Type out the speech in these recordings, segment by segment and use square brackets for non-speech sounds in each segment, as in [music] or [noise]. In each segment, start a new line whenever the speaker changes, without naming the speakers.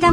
ラ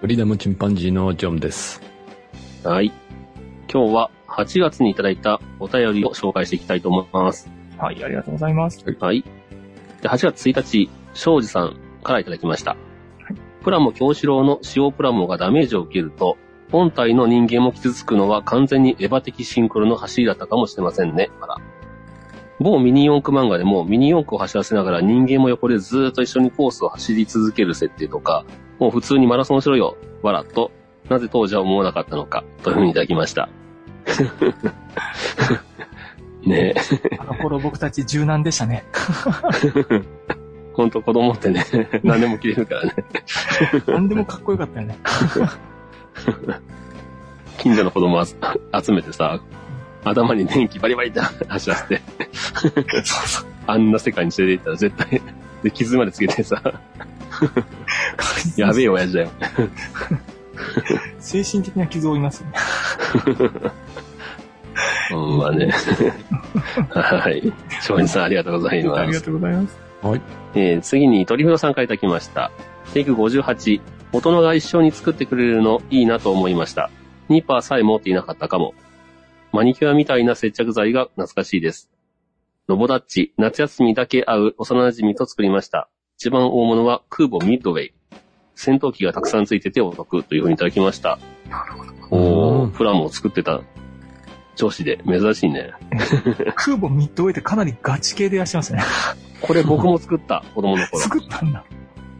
フリーダムチンパンジーのジョンです。
はい。今日は8月にいただいたお便りを紹介していきたいと思います。
はい、ありがとうございます。
はい。で8月1日、庄司さんからいただきました。プラモ京志郎の使用プラモがダメージを受けると、本体の人間も傷つくのは完全にエヴァ的シンクロの走りだったかもしれませんね。あら某ミニ四駆漫画でもミニ四駆を走らせながら人間も横でずーっと一緒にコースを走り続ける設定とか、もう普通にマラソンしろよ、わらと、なぜ当時は思わなかったのか、というふうにいただきました。 [laughs] ねえ、
あの頃僕たち柔軟でしたね。 [laughs]
ほんと子供ってね、何でも切れるからね。
何でもかっこよかったよね。
近所の子供を集集めてさ、頭に電気バリバリって走らせて、あんな世界に連れて行ったら絶対、で、傷までつけてさ、やべえ親父だよ。
精神的な傷を負いますよね。
ほんまね。はい。庄司さんありがとうござい
あ
ま
りが
す。
とうございます。
えー次に鳥風さんからいただきました。テイク58。大人が一緒に作ってくれるのいいなと思いました。ニッパーさえ持っていなかったかも。マニキュアみたいな接着剤が懐かしいです。ロボダッチ、夏休みだけ合う幼馴染と作りました。一番大物は空母ミッドウェイ。戦闘機がたくさんついててお得というふうにいただきました。お
う
ー、
ん
プラモを作ってた女子で珍しいね。
空母ミッドウェイってかなりガチ系でいらっしゃいますね。
これ僕も作った、子供の頃。
作ったんだ。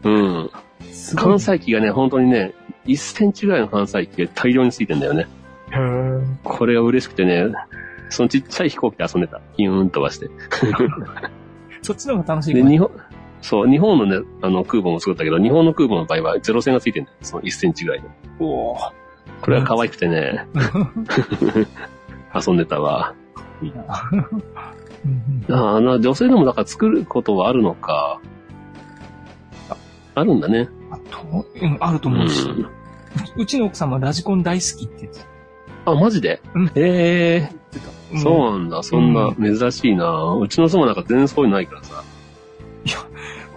うん。
すごい
関。西機がね、本当にね、1センチぐらいの関西機が大量についてんだよね。
へー
これが嬉しくてね、そのちっちゃい飛行機で遊んでた。ヒューン飛ばして。
そっちの方が楽しいか
で、
も。
日本、そう、日本のね、あの、空母も作ったけど、日本の空母の場合はゼロ線がついてんだよ。その1センチぐらいの。
おー
これが可愛くてね、
[laughs]
遊んでたわ。
いいな。うんうん
ああの、女性でもだから作ることはあるのか。あるんだね。
あと、うん、あると
う
思うし。
ん。
うちの奥様ラジコン大好きって言って
あ、マジで
うん
ええ
た。うん。
そうなんだ。そんな珍しいな。うちの妻なんか全然そういうのないからさ。
いや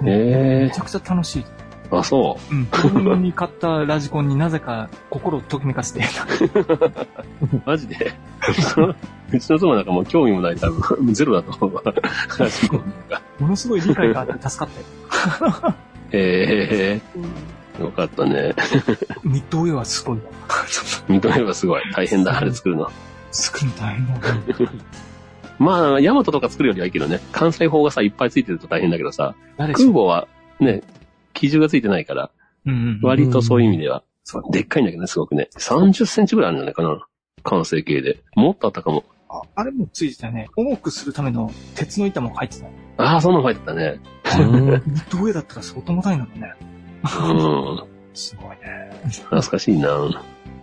ええ
めちゃくちゃ楽しい。
あ、そ
うん。子供に買ったラジコンになぜか心をときめかせて。
う。マジで。 [laughs] うちの妻なんかもう興味もない、多分。ゼロだと思うわ。
ものすごい理解があって助かったよ。
へえ。よかったね。
ミッドウェイはすごいわ。
認めればすごい。大変だ、あれ作るの。
作るの大変だわ。
まあ、ヤマトとか作るよりはいいけどね。関西法がさ、いっぱいついてると大変だけどさ。
誰し
空
も
母は、ね、機銃がついてないから、
うんうん。
割とそういう意味では
そう、
でっかいんだけどね、すごくね。30センチぐらいあるんじゃないかな。完成形で。もっとあったかも。
ああれもついてたよね。重くするための鉄の板も入ってたよ。
ああ、そんなの入ってたね。
う
ミ
ん
ッドウェイだったら相当重たいんだろうね。
うん。
すごいね。
懐かしいな。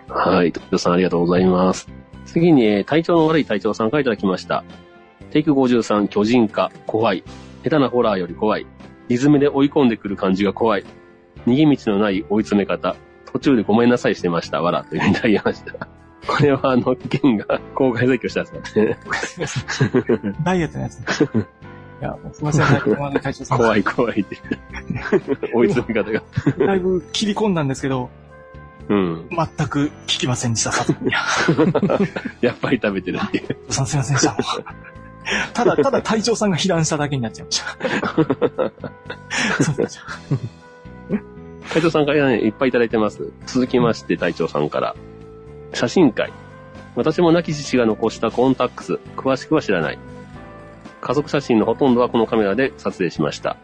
はい、トキさんありがとうございます。次に、えー体調の悪い隊長さんからいただきました。テイク53、巨人化、怖い。下手なホラーより怖い。リズムで追い込んでくる感じが怖い。逃げ道のない追い詰め方。途中でごめんなさいしてました。わら。というふうにいただきました。これは、あの、ゲンが公開説教したやつだね。
ダイエットのやつね。いや、すいません、最近まで会長さん。
怖い怖いって。追い詰め方が。
だいぶ切り込んだんですけど、
うん。
全く効きませんでした。佐藤
やっぱり食べてるっていう。
さんすいませんでした。ただ、ただ隊長さんが被弾しただけになっちゃいました。そうでした
隊長さんからね、いっぱいいただいてます。続きまして、隊長さんから。写真会。私も亡き父が残したコンタックス、詳しくは知らない。家族写真のほとんどはこのカメラで撮影しました。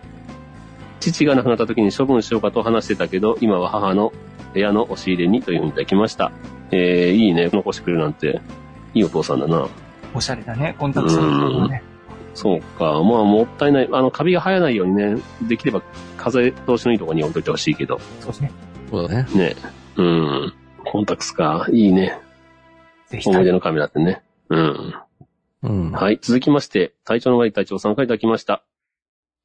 父が亡くなった時に処分しようかと話してたけど、今は母の部屋の押し入れにというふうにいただきました。えー、いいね、残してくれるなんて。いいお父さんだな。
おしゃれだね、コンタクトのね。
そうか。まあ、もったいない。あの、カビが生えないようにね、できれば風通しのいいところに置いといてほしいけど。
そうですね。
ことだね。
ね。うん。コンタクスか。いいね。
ぜひ
思い出のカメラってね。うん。
うん。
はい。続きまして、隊長の悪い隊長さんからいただきました。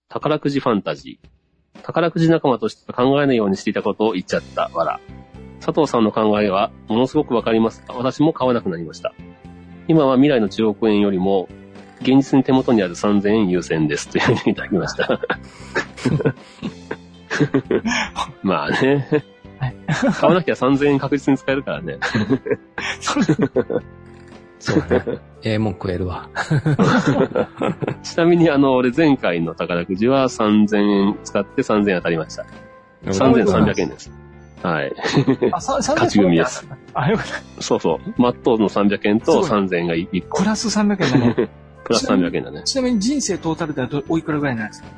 宝くじファンタジー。宝くじ仲間として考えないようにしていたことを言っちゃった。わら。佐藤さんの考えは、ものすごくわかります。私も買わなくなりました。今は未来の10億円よりも、現実に手元にある3000円優先です。というふうにいただきました。まあね
はい。
買わなきゃ3000円確実に使えるからね。
そうだね。ええもん食えるわ。
ちなみに、あの、俺前回の宝くじは3000円使って3000円当たりました。3300円です。はい。
あ、さ、さ
勝ち組です。
あ、よかった。
そうそう。マットの300円と
すご
3000円が1個。
プラス300円だ
[laughs]
ね。
プラス300円だね。
ちなみに人生トータルではどおいくらぐらいなんですか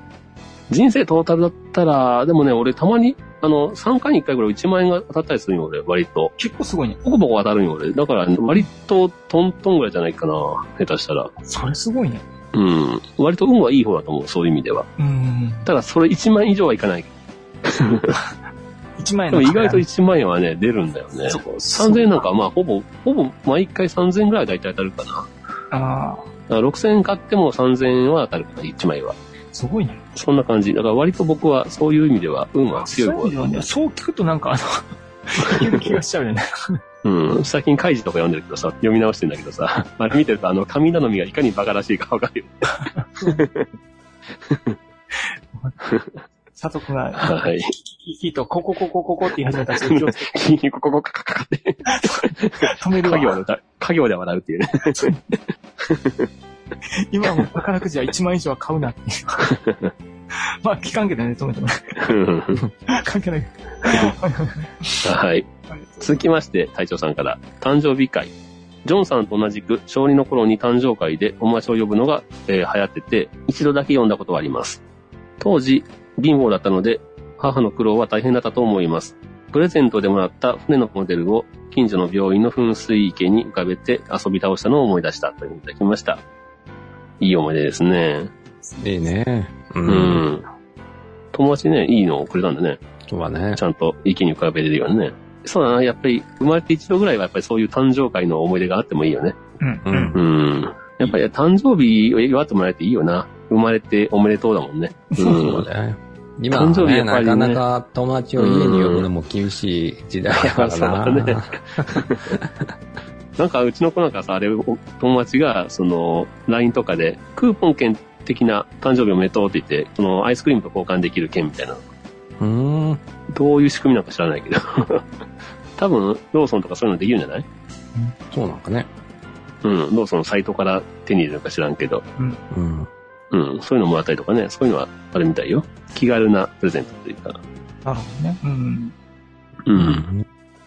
人生トータルだったら、でもね、俺たまに、あの、3回に1回ぐらい1万円が当たったりするよ、俺。割と。
結構すごいね。
ボコボコ当たるよ、俺。だから、割とトントンぐらいじゃないかな。下手したら。
それすごいね。
うん。割と運はいい方だと思う、そういう意味では。
うーん。
ただ、それ1万円以上はいかない。
1万円
で
の
も意外と
1
1万円はね、出るんだよね。
そう
3000円なんか、まあ、ほぼ、ほぼ毎回3000円ぐらいは大体当たるかな。
あ
だから6000円買っても3000円は当たるかな、1枚は。
あ、すごいね。
そんな感じ。だから割と僕はそういう意味では運は強い
そう
方
いう
だ
のは
と
ねそう聞くとなんかあ
[laughs]
の、いける気がしちゃうよね。
うん。最近カイジとか読んでるけどさ、読み直してんだけどさ、 [laughs] あれ見てるとあの、神頼みがいかにバカらしいかわかるよ。
佐藤くんが、
はい。
キーと、ここ、ここ、ここって言い始めたら、ちょっと気をつけて
[laughs] 急にこここカカカカって、
止める
家業
わ。
で、家業で笑うっていう [laughs] ね。
今はもう宝くじは1万円以上は買うなって。
[laughs]
まあ、期間限定でね、止めても
う
ら
ん
う関
[laughs]
係ない。
はい。続きまして、隊長さんから、誕生日会。ジョンさんと同じく、小2の頃に誕生会で友達を呼ぶのが、えー流行ってて、一度だけ呼んだことはあります。当時、貧乏だったので、母の苦労は大変だったと思います。プレゼントでもらった船のモデルを、近所の病院の噴水池に浮かべて遊び倒したのを思い出したというふうにいただきました。いい思い出ですね。
いいね。う
うん。。友達ね、いいのをくれたんだね。
そうだね
ち。ゃんと池に浮かべれるようにね。そうだな、やっぱり生まれて一度ぐらいはやっぱりそういう誕生会の思い出があってもいいよね。
うん、う
うんん。
うん。やっぱり誕生日を祝ってもらえていいよな。生まれておめでとうだもんね。う。
そうんだね。今
誕生
は
日
ね、
やっぱ
な
りね
かなか友達を家に呼ぶのも厳しい時代だから
うんそうだね
な。
なんかうちの子なんかさ、あれ、お友達が、その、LINE とかで、クーポン券的な誕生日おめでとうって言って、その、アイスクリームと交換できる券みたいな。
うん。
どういう仕組みなのか知らないけど。 [laughs] 多分、ローソンとかそういうのできるんじゃない
そうなんかね。
うん。ローソンのサイトから手に入れるのか知らんけど。
うん。
うん、そういうのもらったりとかね、そういうのはあれみたいよ。気軽なプレゼントというか。
なるほどね。うん。
う。。
うん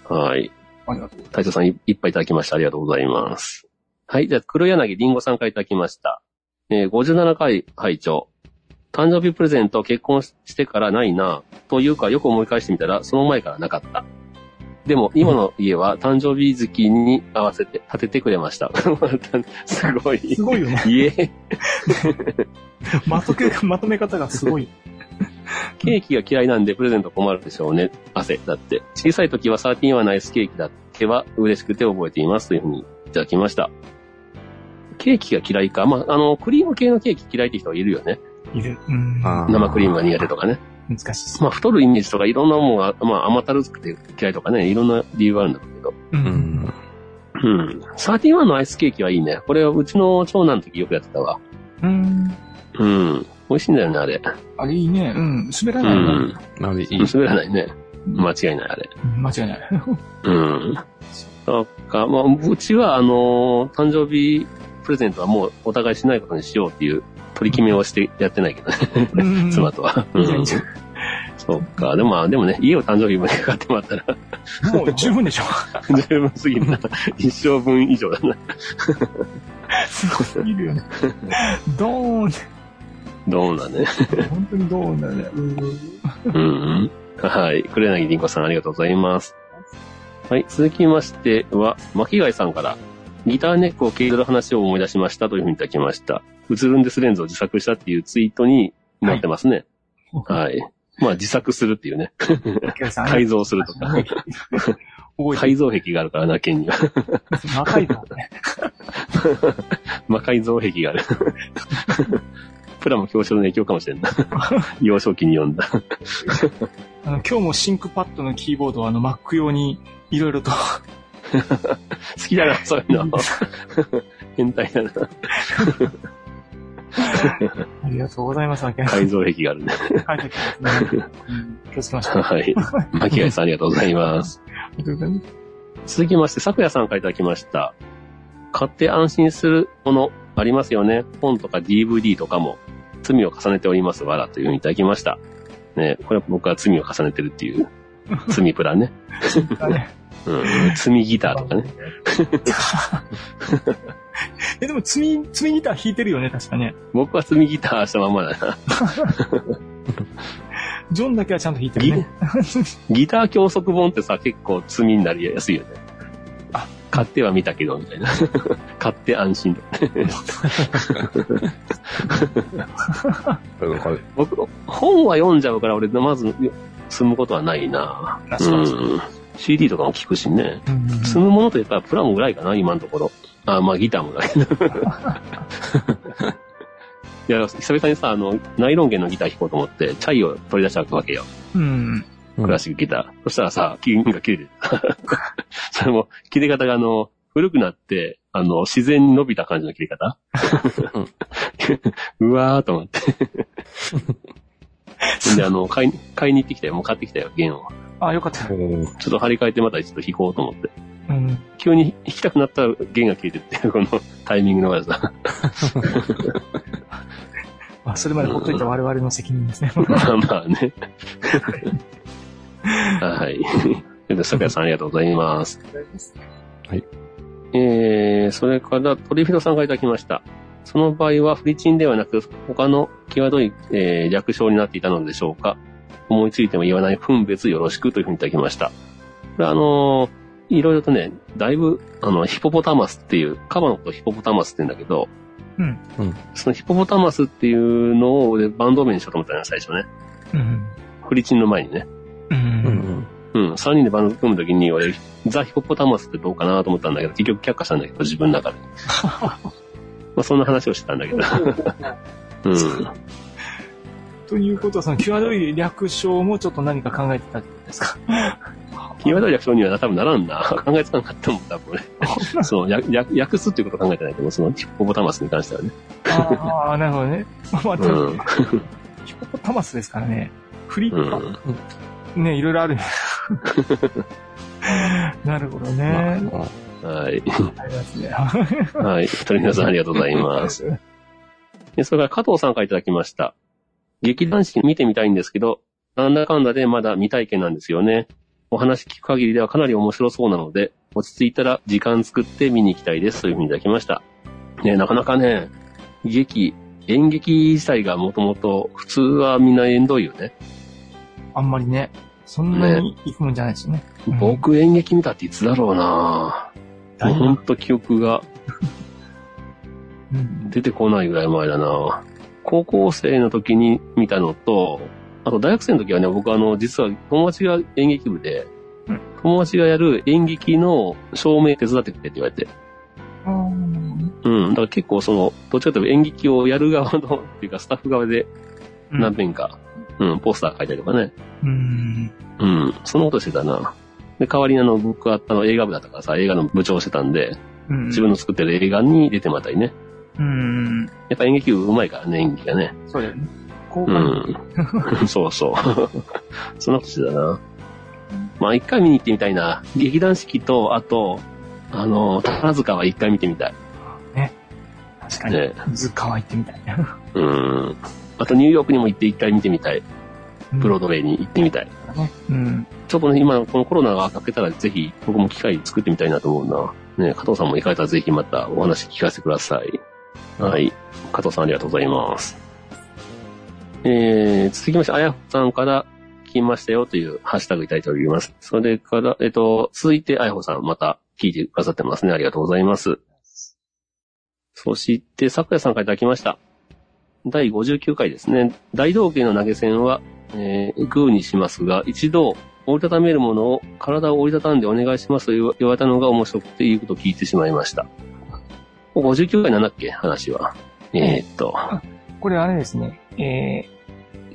はい。
ありがとうござい
隊長さんいいっぱいいただきました。ありがとうございます。はい。じゃあ、黒柳りんごさんからいただきました。えー57回拝聴誕生日プレゼント結婚してからないなというかよく思い返してみたら、その前からなかった。でも、今の家は誕生日月に合わせて建ててくれました。 [laughs] すご
ます。
[laughs]
い
す。ごい [laughs] よね。
家、ケ
まとめ、まとめ方がすごい。
ーキが嫌いなんでプレゼント困るでしょうね。汗。だって。小さい時は13はナイスケーキだけは嬉しくて覚えています。というふうにいただきました。ケーキが嫌いか。まあ、あの、クリーム系のケーキ嫌いって人はいるよね。
いる。うん。
あ
生クリームが苦手とかね。
難しいです。
まあ、太るイメージとかいろんなものが、まあ、甘ったるくて嫌いとかね、いろんな理由があるんだけど。
う。
うんん。
うん。31のアイスケーキはいいね。これはうちの長男の時よくやってたわ。
うん。
うん。美味しいんだよね、あれ。
あれいいね。うん。滑ら
う
ないな。
ん。
なのでいい。
滑らないね。間違いない、あれ。
うん間違いない。
うん。そうか。まあ、うちは、あのー誕生日プレゼントはもうお互いしないことにしようっていう取り決めをしてやってないけどね、
[laughs] うん
妻とは。う
いいじゃんいい
ん。
じゃ
そうか。でも、まあでもね、家を誕生日まで買ってもらったら、
んもう十分でしょ。
十分すぎるな。一生分以上だな。
すご [laughs] すぎるよね。ドーンっ
どうだね。
て、本当にドーンだよね。
うんうん。はい。黒柳りんこさん、ありがとうございます。はい。続きましては、巻貝さんから、ギターネックを削る話を思い出しましたというふうにいただきました。うつるんですレンズを自作したっていうツイートになってますね。はい。まあ自作するっていうね。
竹内さん。
改造するとか。
覚えてる
改造壁があるからな、県には。 [laughs]
魔改造ね。
魔改造壁がある。 [laughs] プラも教書の影響かもしれんな。幼少期に読んだ。
あの、今日もシンクパッドのキーボードは、あの、Mac 用に、いろいろと、
好きだな、そういうの。変態だな。
ありがとうござい [laughs] ます、竹内さん。
改造壁があるね。
書いておきますね。うん気をつけましょう。
はい。巻貝さんありがとうございます。
ありがとうございます
続きまして、咲夜さんからいただきました。買って安心するものありますよね。本とか DVD とかも罪を重ねておりますわらというふうにいただきました。ね、これは僕は罪を重ねてるっていう。罪プラね。
あね
うん。罪ギターとかね。
[laughs] え、でも、積み、積みギター弾いてるよね、確かね。
僕は罪ギターしたまんまだな。
ジョンだけはちゃんと弾いてるね。
ギター教則本ってさ、結構罪になりやすいよね。
あ
買っては見たけど、みたいな。 [laughs] 買って安心とかね。
だから
[laughs] 僕、本は読んじゃうから、俺、まず、積むことはないな。
あそうなんですね
ん CD とかも聞くしね。
うんうんうん
積むものといえば、プラモぐらいかな、今のところ。あ、まあ、ギターもだけど。
[laughs]
いや、久々にさ、あの、ナイロン弦のギター弾こうと思って、チャイを取り出したわけよ。
うん。
クラシックギター。そしたらさ、キンが切れてた。 [laughs] それも、切れ方があの、古くなって、あの、自然に伸びた感じの切れ
[laughs]
方うわーと思って。で、あの、買い、買いに行ってきたよ。もう買ってきたよ、弦を。
あ、よかった。
うん
ちょっと張り替えてまたちょっと弾こうと思って。
うん。
急に弾きたくなったら弦が切れてって、 [laughs] このタイミングの悪さ。 [laughs]
まあ、それまでほっといた我々の責任ですね。
まあまあね。はい。 [laughs] では、桜さんありがとうございます。えー、それから、トリフィドさんからいただきました。その場合は、フリチンではなく、他の際どい、えー略称になっていたのでしょうか。思いついても言わない分別よろしくというふうにいただきました。これはあのーいろいろとね、だいぶ、あの、ヒポポタマスっていう、カバのことヒポポタマスって言うんだけど、
うん。
そのヒポポタマスっていうのを俺バンド名にしようと思ったのよ、最初ね。
うん。
フリチンの前にね。
う。
うんん
うん、3人でバンド組むときに、俺、ザ・ヒポポタマスってどうかなと思ったんだけど、結局却下したんだけど、自分の中 [laughs] で。まあ、そんな話をしてたん [laughs] だけど。うん。
ということは、その、際どい略称もちょっと何か考えてたんですか
際どい略称には多分ならんな。考えつかなかったもん、多分俺。そう、やや訳すっていうことは考えてないけど、そのヒポポタマスに関してはね。
ああ、なるほどね。まあ、で
う
も
ん。
ヒポポタマスですからね。フリ
う [laughs]
ッ
ん。
パ、ね、いろいろある。なるほどね。
ま
あ
あ
り
まあ
はい。
がとうございますね。
はい。鳥皆さんありがとうございます。でそれから加藤さんからいただきました。劇団四季見てみたいんですけど、なんだかんだでまだ未体験なんですよね。お話聞く限りではかなり面白そうなので、落ち着いたら時間作って見に行きたいです。というふうにいただきました。ね、なかなかね、劇、演劇自体がもともと普通はみんな縁遠いよね。
[laughs] あんまりね、そんなに行くもんじゃないですよね。うん
僕演劇見たっていつだろうな
だいぶ
ほんと記憶が
うん
出てこないぐらい前だな高校生の時に見たのと、あと大学生の時はね、僕あの、実は友達が演劇部で
うん、
友達がやる演劇の照明手伝ってくれって言われて。
あー
うん。だから結構その、どっちかというと演劇をやる側の、っていうかスタッフ側で
うん
何遍か、うん、ポスター書いたりとかね。
うん。
うん。そのことしてたな。で、代わりにあの、僕はあの映画部だったからさ、映画の部長をしてたんで、
うん
自分の作ってる映画に出てもらったりね。
うん。
やっぱ演劇部うまいからね、演技がね。
そうだよね。交
う
換。
ん。そうそう。そんなことだな。まあ、一回見に行ってみたいな。劇団四季と、あと、あの、宝塚は一回見てみたい。
確か
ね
に。図乾いてみたい
[laughs]
な。
うん。あと、ニューヨークにも行って一回見てみたい。ブロードウェイに行ってみたい。
ね。うん。
ちょっとね、今、このコロナが明けたら、ぜひ、僕も機会作ってみたいなと思うな。ね、加藤さんも行かれたら、ぜひまたお話聞かせてください。はい。加藤さん、ありがとうございます。えー、続きまして、あやふさんから聞きましたよというハッシュタグいただいております。それから、えっと、続いて、あやほさん、また聞いてくださってますね。ありがとうございます。そして、さくやさんからいただきました。第59回ですね。大道芸の投げ銭は、えーグーにしますが、一度、折りたためるものを体を折りたたんでお願いしますと言わ言われたのが面白くていいことを聞いてしまいました。もう59回なんだっけ話は。えーっと、
これあれですね。え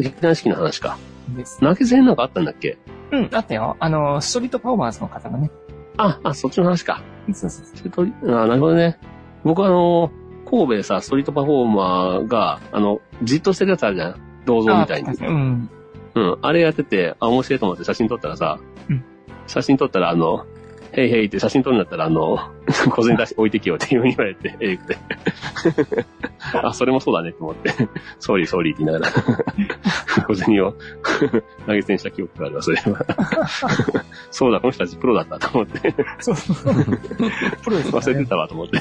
劇団四季の話か。
ー、です。
投げ銭なんかあったんだっけ
うん、あったよ。あの、ストリートパフォーマンスの方がね。
あ、あ、そっちの話か。
そうそうそう。
ストリあなるほどね。僕はあの、神戸でさ、ストリートパフォーマーが、あの、じっとしてるやつあるじゃん。銅像みたいに
あ。うん。
うん。あれやってて、あ、面白いと思って写真撮ったらさ、
うん
写真撮ったらあの、へいへいって写真撮るんだったら、あの、 [laughs] 小銭出して置いてきようっていうふうに言われて、ええって。 [laughs] あ、それもそうだねと思って、 [laughs] ソーリーソーリーって言いながら、 [laughs] 小銭を投げ銭した記憶があるわ、それは。 [laughs] そうだ、この人たちプロだったと思って。
そうそう。
[laughs]
プロですから
忘れ
ね
てたわと思って。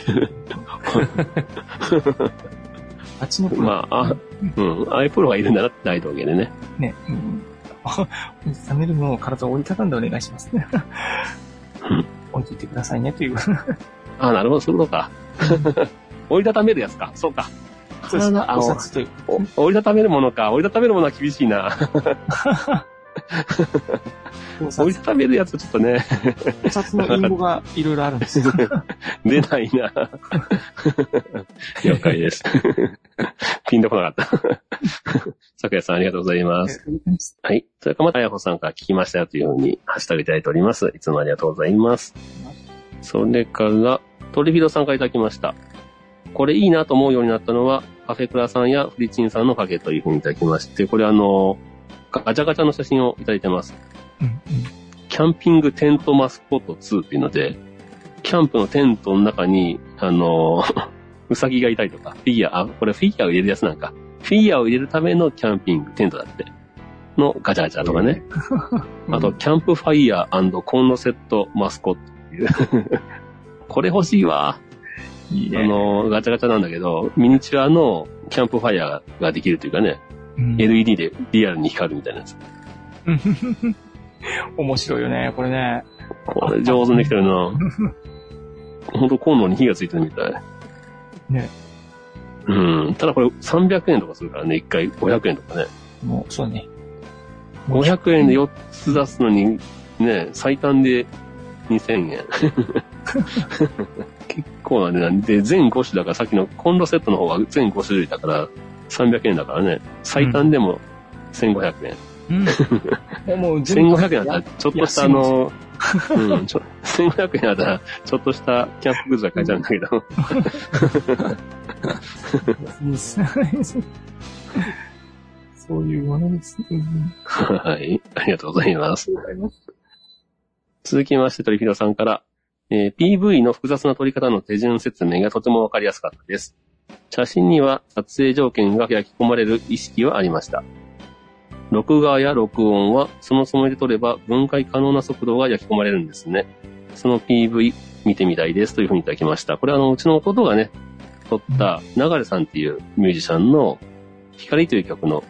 あっちのプロ。
まあ、あ、うん。ああいうプロがいるんだなってないとわけでね。
ね。うん。 [laughs] 冷めるのを体を折りたたんでお願いし [laughs] ますね。置いていってくださいねという。
あなるほど、そういうことか。 [laughs] 折りたためるやつか。そうか。
そうです
あの
お札という。
お折りたためるものか。折りたためるものは厳しい [laughs] な。
お
折りた
札
ためるやつちょっとね、 [laughs]
お札の隠語がいろいろあるんですよ。
出ないな。 [laughs] 了解です。 [laughs] ピンとこなかった。 [laughs] 昨夜さんありがとうございます。はい。それからまた、あやほさんから聞きましたよというふうに、ハッシュタグいただいております。いつもありがとうございます。それから、トリフィドさんからいただきました。これいいなと思うようになったのは、カフェクラさんやフリチンさんのおかげというふうにいただきまして、これあの、ガチャガチャの写真をいただいてます。
うんうん
キャンピングテントマスコット2っていうので、キャンプのテントの中に、あの、 [laughs] ウサギがいたりとか、フィギュア、あ、これフィギュアを入れるやつなんか。フィギュアを入れるためのキャンピングテントだって。のガチャガチャとかね。あと、キャンプファイヤーコンロセットマスコットっていう。 [laughs] これ欲しいわ。
いい
あ
ね。
の、ガチャガチャなんだけど、ミニチュアのキャンプファイヤーができるというかね、
うん
LED でリアルに光るみたいなやつ。
[laughs] 面白いよね、これね。
これ上手にできてるな。ほんとコンロに火がついてるみたい。
ね。
うん。ただこれ300円とかするからね、1回500円とかね。
もう、そうね。
500円で4つ出すのに、ね、最短で2000円。結構な値段で、全5種だから、さっきのコンロセットの方は全5種類だから、300円だからね、最短でも1500円。
[laughs] うん。もう全部、
1500円だったら、ちょっとしたあの、うん、ちょ1500円だ [laughs] ったら、ちょっとしたキャンプグッズが買えちゃうんだけど、
[laughs] そういうものですね。うん
はい。ありがとうございます。続きまして、鳥広さんから、えー PV の複雑な撮り方の手順説明がとてもわかりやすかったです。写真には撮影条件が焼き込まれる意識はありました。録画や録音はそのつもりで撮れば分解可能な速度が焼き込まれるんですね。その PV 見てみたいですというふうにいただきました。これあの、うちの弟がね、撮った流さんっていうミュージシャンの光という曲の、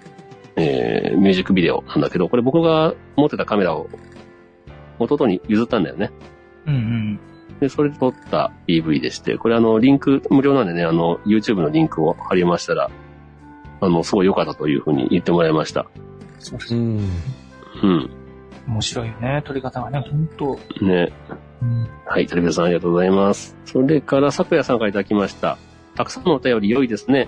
えーミュージックビデオなんだけど、これ僕が持ってたカメラを弟に譲ったんだよね。
うん
で、それで撮った PV でして、これあの、リンク、無料なんでね、あの、YouTube のリンクを貼りましたら、あの、すごい良かったというふうに言ってもらいました。
うん。
うん。
うん。面白いよね、撮り方はね、ほんと。
ね。
うん
はい、テレビさんありがとうございます。それから、昨夜さんからいただきました。たくさんのお便り良いですね。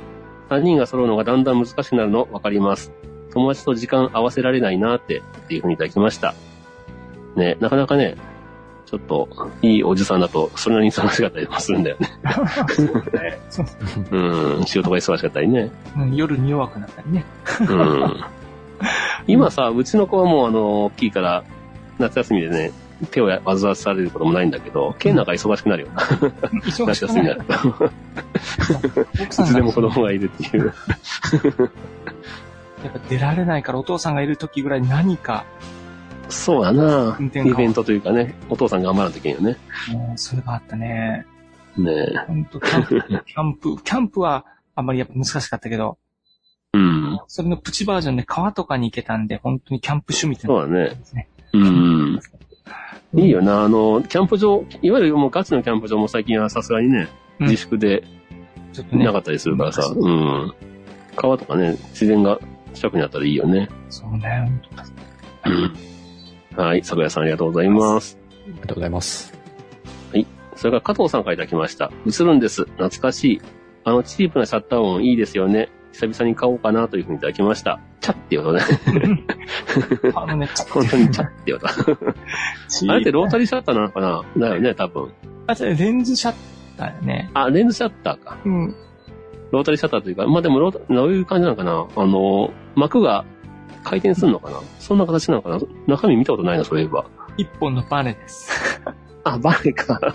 3人が揃うのがだんだん難しくなるの分かります。友達と時間合わせられないなって、っていうふうにいただきました。ね、なかなかね、ちょっと、いいおじさんだと、それなりに忙しかったりもするんだよね。
そう
[laughs] うん、仕事が忙しかったりね。
うん夜に弱くなったりね。
うん。今さ、うちの子はもうあの、大きいから、夏休みでね、手をや煩わされることもないんだけど、県なんか忙しくなるよな、 [laughs]
忙し
夏
く
休みに
な
なる
る
と。
奥さ
いつ
んが
でも子供がいるっていう。
やっぱ出られないからお父さんがいる時ぐらい何か、
[laughs] そうだな
運
イ
転か
ベントというかね、お父さん頑張らなきゃいけんよね。
もうそれがあったね。
ねえ。
ほんと、キャン
[laughs]
プ、キャンプ、キャンプはあんまりやっぱ難しかったけど、
うん。
それのプチバージョンで川とかに行けたんで、本当にキャンプ趣味って
そうだ
う
ね。
ですね。
うん。いいよな、あの、キャンプ場、いわゆるもうガチのキャンプ場も最近はさすがにね、
うん
自粛で
ちょっとね
なか。ったりするからさ、
そう
うん。川とかね、自然が近くにあったらいいよね。
そうね。
はい、桜井さんありがとうございます。
りがとうございます。
それから加藤さんからいただきました。映るんです。懐かしい。あのチープなシャッター音いいですよね。久々に買おうかなというふうにいただきました。チャっていう音ね。 [laughs]
あのね、ちょっと
本当にチャっていう音。あれってロータリーシャッターなのかなだよね、多分。
あ、じゃあレンズシャッターよね。
あ、レンズシャッターか。
うん。
ロータリーシャッターというか、まあでもロータ、どういう感じなのかなあの、幕が回転するのかなそんな形なのかな中身見たことないな、そういえば。
一本のバネです。
あ、バネか。 [laughs]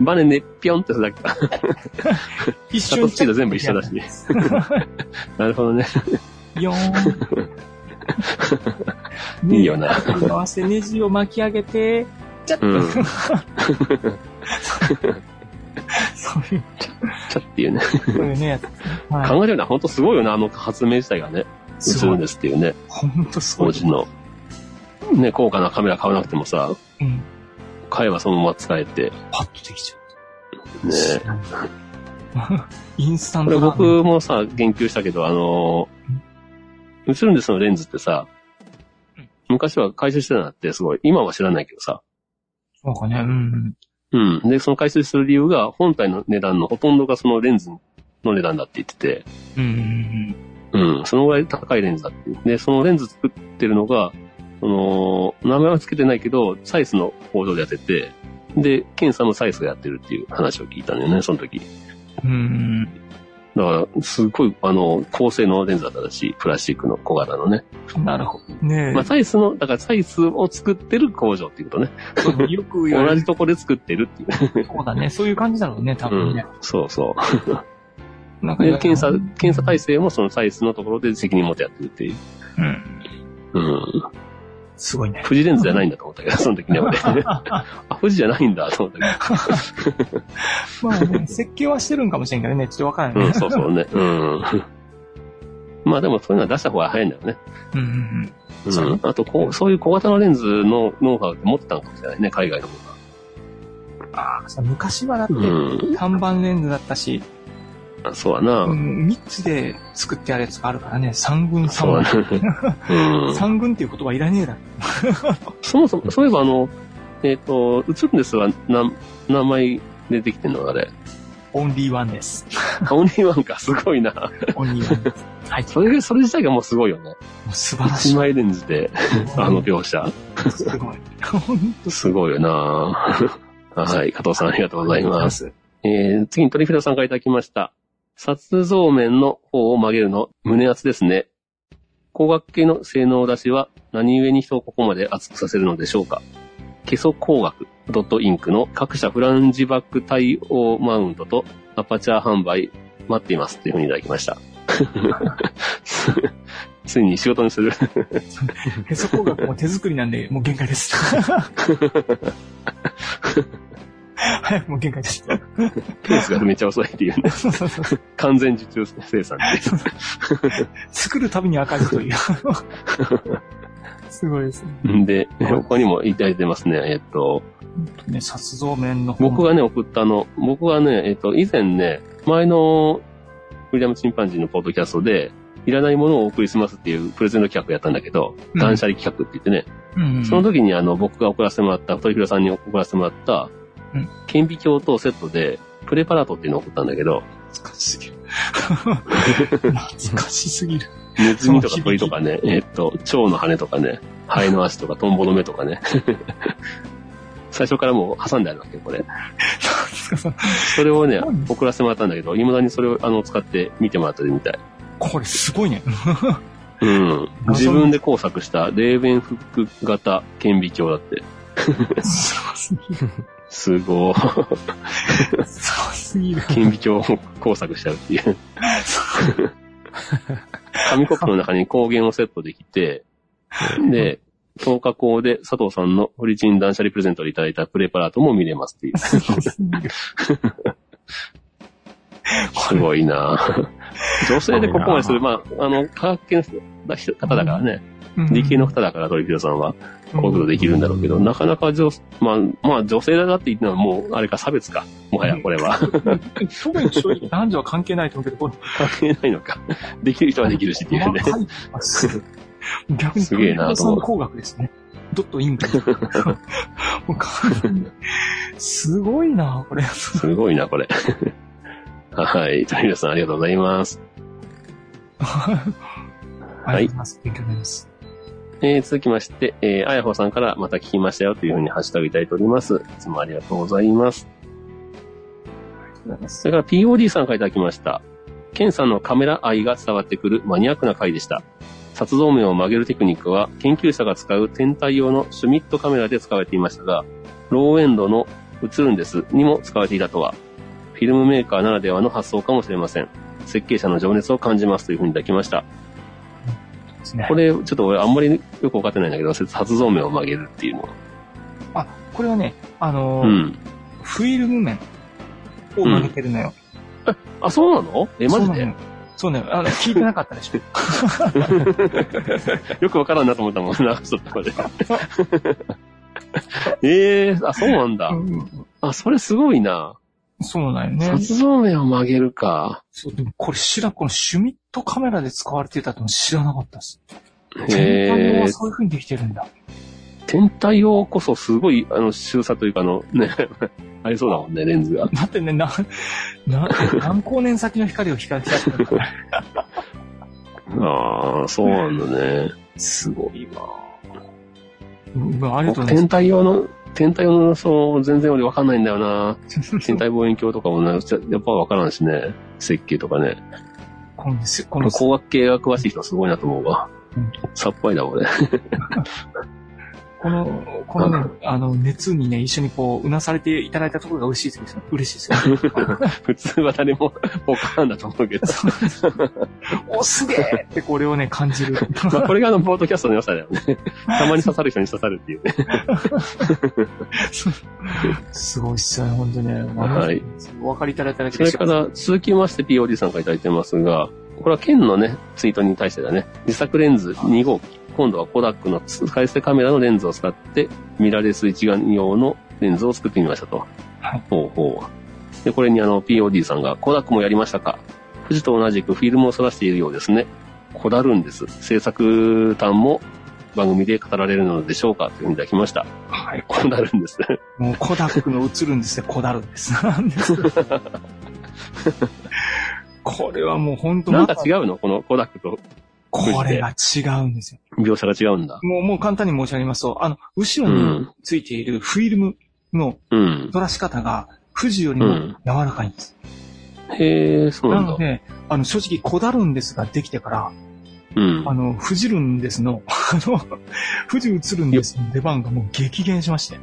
バネね、ぴょんってするだけ [laughs] か。
一
シャット
瞬
スピード全部一緒だし。
[laughs]
なるほどね。
よー
[laughs]
ん。
いいよな。
回してネジを巻き上げて、ちゃっと、
うん
そういう、
チャっていうね。
そういうね、やつですね。は
考えるよな、ほんとすごいよな、あの発明自体がね。
い。す
映る
ご
ん
い。
ですっていうね、
ほんとすご
当
い。
時の。ね、高価なカメラ買わなくてもさ、
うん。
買えばそのまま使えて。
パッとできちゃ
ね
う。インスタン
こ
ト
れ
ラーメン
僕もさ、言及したけど、あのー映るんですのレンズってさ
うん、
昔は回収してたなってすごい、今は知らないけどさ。
そうかね。うんうん。
うん。で、その回収する理由が、本体の値段のほとんどがそのレンズの値段だって言ってて、
うんうん
うん、そのぐらい高いレンズだって。で、そのレンズ作ってるのが、その、名前は付けてないけど、サイズの工場でやってて、で、ケンさんもサイズがやってるっていう話を聞いたんだよね、その時。
うん。うん
だから、すっごい、あの、高性能レンズだったらしい、プラスチックの小型のね。
うん。なるほど。ねえ
まあ、サイズの、だからサイズを作ってる工場っていうことね。
そうよく言わ
同
れ
じ
る。
とこで作ってるっていう。
そうだね。そういう感じだろうね、多
う
分
ん
ね。。
そうそ
なん
う。
か
で、検査、検査体制もそのサイズのところで責任持ってやってるっていう。
うん。
うん。
すごいね。
富士レンズじゃないんだと思ったけど、その時に [laughs]
[laughs]
は俺。あ、富士じゃないんだと思ったけど。
まあね、設計はしてるんかもしれんけどね、ちょっとわからん
う
ね
ん、。そうそうね。うん。 [laughs] まあでもそういうのは出した方が早いんだよね。
うんうんうん。
う。
そうん
あとこう、そういう小型のレンズのノウハウって持ってたのかもしれないね、海外の方が。
ああ、さ昔はだって、
うん。
単板レンズだったし、
あそうだな。
うん、3つで作ってあるやつがあるからね、三軍
そ
三
う
門。
だね。うん。
三軍っていう言葉いらねえだろ。
そもそも、そういえばあの、えっ、と、映るんですは何、何枚出てきてんのあれ。
オンリーワンです。
オンリーワンか、すごいな。
オンリーワンです。はい。
それ、それ自体がもうすごいよね。
もう素晴らし
1
い。
枚レンズで、あの描写。
す
[laughs]
ごい。本当
すごいよなはい、加藤さんありがとうございます。
す。
えー、次にトリフィドさんからいただきました。殺像面の方を曲げるの、胸厚ですね。光学系の性能出しは何故に人をここまで熱くさせるのでしょうかケソ光学 .inc の各社フランジバック対応マウントとアパチャー販売待っていますというふうにいただきました。 [laughs] ついに仕事にする。 [laughs]
へそ工学も手作りなんで、もう限
[laughs]
界です。はい、もう限界です。
ペースがめっちゃ遅いっていうね。
そうそうそうそう。
完全受注生産っていう
作るたびに赤字という。 [laughs] すごいですね。
で、他にもいただいてますね。えっと、
ね、殺像面の方
僕がね、送ったの、僕はね、えっと、以前ね、前の、ウィリアム・チンパンジーのポッドキャストで、いらないものをお送りしますっていうプレゼント企画やったんだけど、
うん
断捨離企画って言ってね、
うん、
その時にあの、僕が送らせてもらった、トリフィロさんに送らせてもらった
うん、
顕微鏡とセットで、プレパラートっていうのを送ったんだけど、
懐かしすぎる。懐かしすぎる。
ネズミとか
その響き
鳥とかね、えっと、蝶の羽とかね、ハエの足とかトンボの目とかね。 [laughs] 最初からもう挟んであるわけよ、これ。それをね
うん、
送らせてもらったんだけど、未だにそれをあの使って見てもらってるみたい。
これすごいね。
うん。
あ
自分で工作したレーベンフック型顕微鏡だって。
すごすぎる。
す
[laughs]
ごい。
すごすぎる。
顕微鏡を工作しちゃうっていう。紙コップの中に光源をセットできて、で、透過光で佐藤さんのフリチン断捨離プレゼントでいただいたプレパラートも見れますっていう。
すごすぎる。
すごいなぁ女性でここまでする、まあ、あの、科学系の人方だからね、
うん
理系の方だから、鳥広さんは、こういうことできるんだろうけど、なかなか女、まあ、まあ、女性だなって言ってのはもう、あれか、差別か。もはや、これは。 [laughs]
特に正直男女は関係ないと思うけど、この
関係ないのか。できる人はできるしっていうね。
細かいます。逆に、
すげえなと
さ
思
ん
う
工学ですね。ドットインプ。
[laughs]
もう完全にすごいな、これ。
すごいな、これ。はい。鳥広さん、ありがとうございます。
ありがとうございます。勉強になります。
えー続きまして、えー、あやほさんからまた聞きましたよというふうにハッシュタグいただいております。いつもありがとうございます。それから POD さんからいただきました。ケンさんのカメラ愛が伝わってくるマニアックな回でした。殺像面を曲げるテクニックは研究者が使う天体用のシュミットカメラで使われていましたが、ローエンドの映るんですにも使われていたとは、フィルムメーカーならではの発想かもしれません。設計者の情熱を感じますというふうにいただきました。
ですね
これ、ちょっと俺あんまりよくわかってないんだけど、殺像面を曲げるっていうの。
あ、これはね、あの
う
ー、
ん。
フィルム面を曲げてるのよ。
あ、そうなのえ、マジ
そうな
で
のよそうね、あの、聞いてなかったでしょ。
よくわからんなと思ったもん
[laughs]
な、ちょっとこれ。 [laughs] ええ [laughs] あ、そうなんだ
う。ん
あ、それすごいな。
そうなんよね。
殺像面を曲げるか。
そう、でもこれ知らん、このシュミットカメラで使われてたとも知らなかったです。全体
え
は
え
そういう風にできてるんだ。
天体用こそすごい、あの、秀作というか、あの、ね、 [laughs] ありそうだもんね、レンズが。
だってね、な、
[laughs]
な、何光年先の光を光らせてるから。
ああ、そうなんだね。
すごいわ。 [laughs] うん、ありがとう
僕
ござい
天体用の、天体用の、そう、全然俺わかんないんだよな。
ます。
天体望遠鏡とかもな、ちょやっぱわからんしね。設計とかね。
このせ、こ
こ
の
の、工学系が詳しい人はすごいなと思うわ
うん。
さっぱりだもんね。
この、このね、あの、熱にね、一緒にこう、うなされていただいたところが嬉しいですよ。嬉しいですよ。
普通は誰もわからんだと思うけど。
お、すげえってこれをね、感じる。
まあこれがあの、ポートキャストの良さだよね。たまに刺さる人に刺さるっていうね。
[laughs] すごいっすよね、本当ね。
はい
お分かりいただいただけ
それから、続きまして POD さんからいただいてますが、これは県のね、ツイートに対してだね、自作レンズ2号機、今度はコダックの使い捨てカメラのレンズを使って、ミラーレス一眼用のレンズを作ってみましたと。
はい
ほうほう。で、これにあの、POD さんが、コダックもやりましたか富士と同じくフィルムをらしているようですね。こだるんです。制作端も番組で語られるのでしょうかというふうにいただきました。
はい。
こだるんです。
もう、コダックの映るんですね、コダルです。 [laughs] なんですこれはもう本当
なんか違うのこのコダックと
これが違うんですよ。
描写が違うんだ。
もう、もう簡単に申し上げますと、あの、後
う
ろに
ん。
ついているフィルムの
うん。
取らし方が、富士よりも柔らかいんです。
へえ、そうな
なん
だ
の。で、あの、正直、コダルンですができてから、
うん
あ。の、富士ルンですの、 [laughs] あの、富士映るんですの出番がもう激減しまして。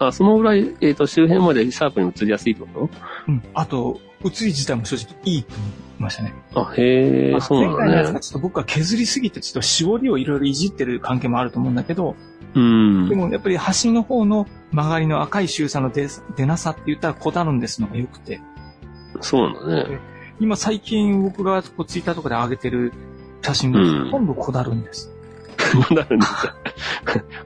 あ、そのぐらい、えっ、と、周辺までシャープに映りやすいってこ
うん。あと、映り自体も正直いいと思いましたね。
とあ、へえ、
あ
そう
前
な
回の
ん
やつ
だ
が
ね。
ちょっと僕は削りすぎて、ちょっと絞りをいろいろいじってる関係もあると思うんだけど、
う
で
ん。
もやっぱり端の方の曲がりの赤い周差の出出なさって言ったらこだるんですのが良くて、
そうなんだね。 [laughs]
今最近僕がこうツイッターとかで上げてる写真も
うん
ほとんどこだるんです。
こうなるんだ。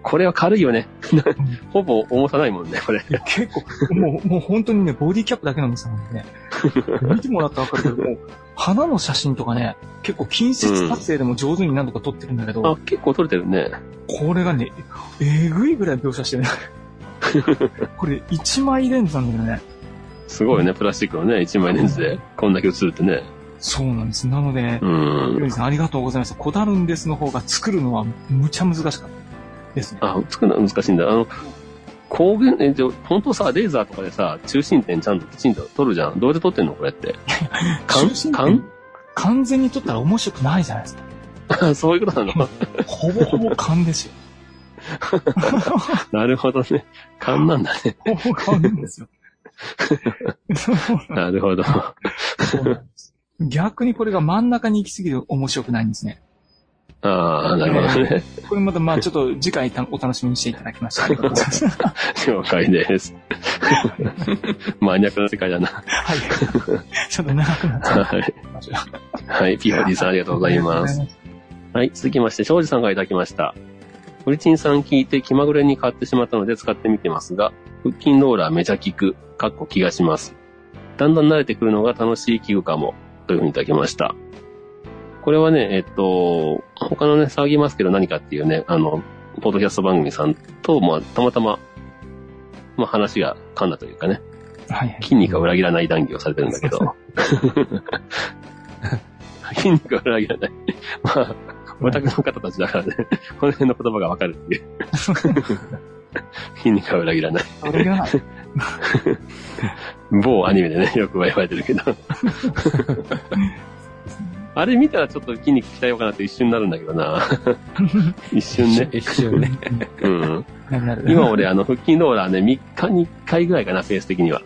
これは軽いよね。 [laughs] ほぼ重さないもんね、これ。
結構、もう、もう本当にね、ボディキャップだけの店なんでね、
[laughs]
見てもらったらわかるけど、もう、花の写真とかね、結構近接撮影でも上手に何度か撮ってるんだけど、
あ、結構撮れてるね。
これがね、えぐいぐらい描
[laughs]
写してる。これ、一枚レンズなんだけどね。
すごいね、プラスチックのね、一枚レンズで、こんだけ映るってね。
そうなんです。なので
う、
ヨ
ん。
ネさんありがとうございました。こだるんですの方が作るのはむちゃ難しかったですね。
あ、作るのは難しいんだ。あの、光源、え、じゃあ本当さ、レーザーとかでさ、中心点ちゃんときちんと撮るじゃん。どうやって撮ってんのこれって。勘
中心点完全に撮ったら面白くないじゃないですか。
勘 [laughs] そういうことなの
ほぼほぼ勘ですよ。
なるほどね。勘なんだね。
ほぼ勘なんですよ。
なるほど。
そうなんです逆にこれが真ん中に行き過ぎて面白くないんですね。
ああ、なるほどね。
これまたまあちょっと次回お楽しみにしていただきました。
了解です。 [laughs] マニアックな世界だな。
はい。ちょっと長くなっちゃ
はい。
いました。
はい。ピオディさんありがとうございます。
ありがとうございます。
はい、続きまして、庄司さんがいただきました。フリチンさん聞いて気まぐれに買ってしまったので使ってみてますが、腹筋ローラーめちゃ効く、かっこ気がします。だんだん慣れてくるのが楽しい器具かも、というふうにいただきました。これはね、えっと、他のね、騒ぎますけど何かっていうね、あの、ポッドキャスト番組さんと、まあ、たまたま、まあ話が噛んだというかね、
はいはい。
筋肉は裏切らない談義をされてるんだけど、 [laughs] 筋肉は裏切らない。まあ、私の方たちだからね、この辺の言葉がわかるっていう。筋肉は裏切らない。
あれがない。
某アニメでね、よく言われてるけど。あれ見たらちょっと筋肉鍛えようかなって一瞬になるんだけどな。一瞬ね。
一瞬ね。
うん。
なくなる。
今俺あの腹筋ローラーね、3日に1回ぐらいかな、ペース的には。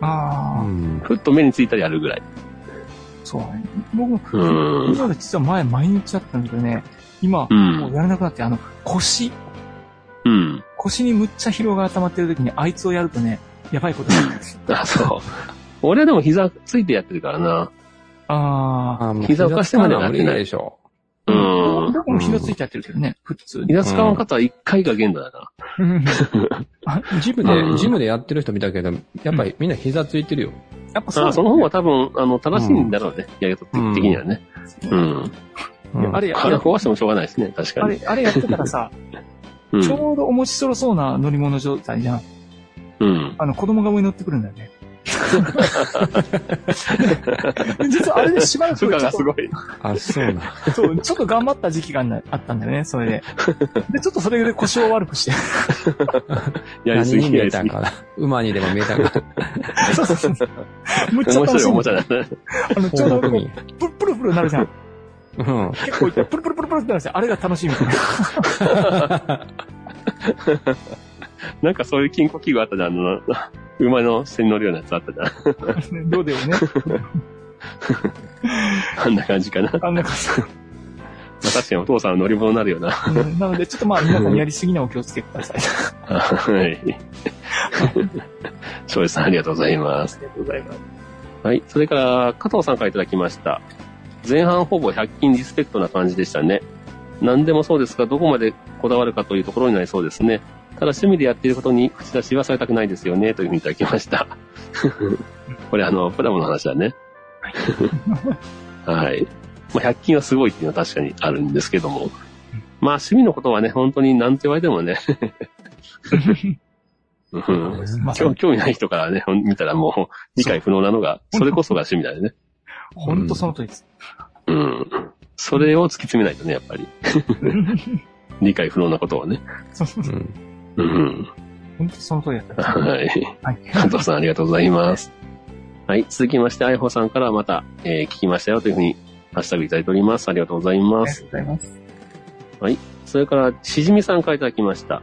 ああ、
うん
ふっと目についたりやるぐらい。
そうね。僕も、
うん
今まで実は前毎日やったんだけどね、今、
うん
もうやらなくなって、あの、腰、
うん。
腰にむっちゃ疲労が溜まってる時にあいつをやるとね、やばいことになるんです。
あ、そう。俺はでも膝ついてやってるからな。
ああ、
あーもう
膝浮かしてまではやってない
膝つかは無理でしょ。
うん。
どこも膝ついてやってるけどね、普通に。
膝使わんかったら1回が限度だな。
あ
ジム
うん
で、ジムでやってる人見たけど、やっぱりみんな膝ついてるよ。
やっぱそう
あ
だ
その方が多分、あの、正しいんだろうね。やり方的にはね。うん。
うん
あれや、
体壊してもしょうがないですね、確
あ
かに。
れ、あれやってた
[laughs]
らさ、
うん
ちょうど面白そうな乗り物状態じゃん。
うん。
あの、子供が上に乗ってくるんだ
[laughs]
よね。実はあれでしばらくち
負
ょ
荷
っ
が
と
すごい。
あ、そうな。
そう、ちょっと頑張った時期があんなあったんだよね、それで。で、ちょっとそれで腰を悪
[laughs]
くして。
やり
[laughs] 何
す
に
ぎ、
見
や
え
りす
た
ぎ。
かな。馬にでも見えたか
そうそうそう。むっちゃ
面白い
楽し
お
いん
も
だ
ちゃだね。
あの、
ら。
ちょうど
方
こ
に
う、。プルプルプルなるじゃん。
うん。
結構いって、プルプルプルプルってなるじゃん。あれが楽しいみたいな。
なんかそういう金庫器具あったじゃん。あの、馬の下に乗るようなやつあったじゃん。
どうだよね。
あんな感じかな。ま
あんな感じ。
あ確かにお父さんは乗り物になるよな。
うんなので、ちょっとまあ、皆さんやりすぎなお気をつけください。
はい。庄司さんありがとうございます。
ありがとうございます。
はい。それから、加藤さんからいただきました。前半ほぼ100均リスペクトな感じでしたね。何でもそうですが、どこまでこだわるかというところになりそうですね。ただ趣味でやっていることに口出しはされたくないですよね、というふうにいただきま
[laughs]
した。これあの、プラモの話だね。はい。まあ、100均はすごいっていうのは確かにあるんですけども。まあ、趣味のことはね、本当に何て言われてもね。 [laughs] うん
まあ、
興興味ない人からね、見たらもう理解不能なのが、それこそが趣味だよね。
ほんとその通
[laughs]
りです。
うん。それを突き詰めないとね、やっぱり。理解不能なことをね。
う
う
ん
ん。
ほんとその通りだった。
はい。
はい。
加藤さんありがとうございます。はい。続きまして、あいほさんからまた、えー聞きましたよというふうに、ハッシュタグいただいております。ありがとうござい
あ
ま
りが
す
と。うございます。
それから、しじみさんからいただきました。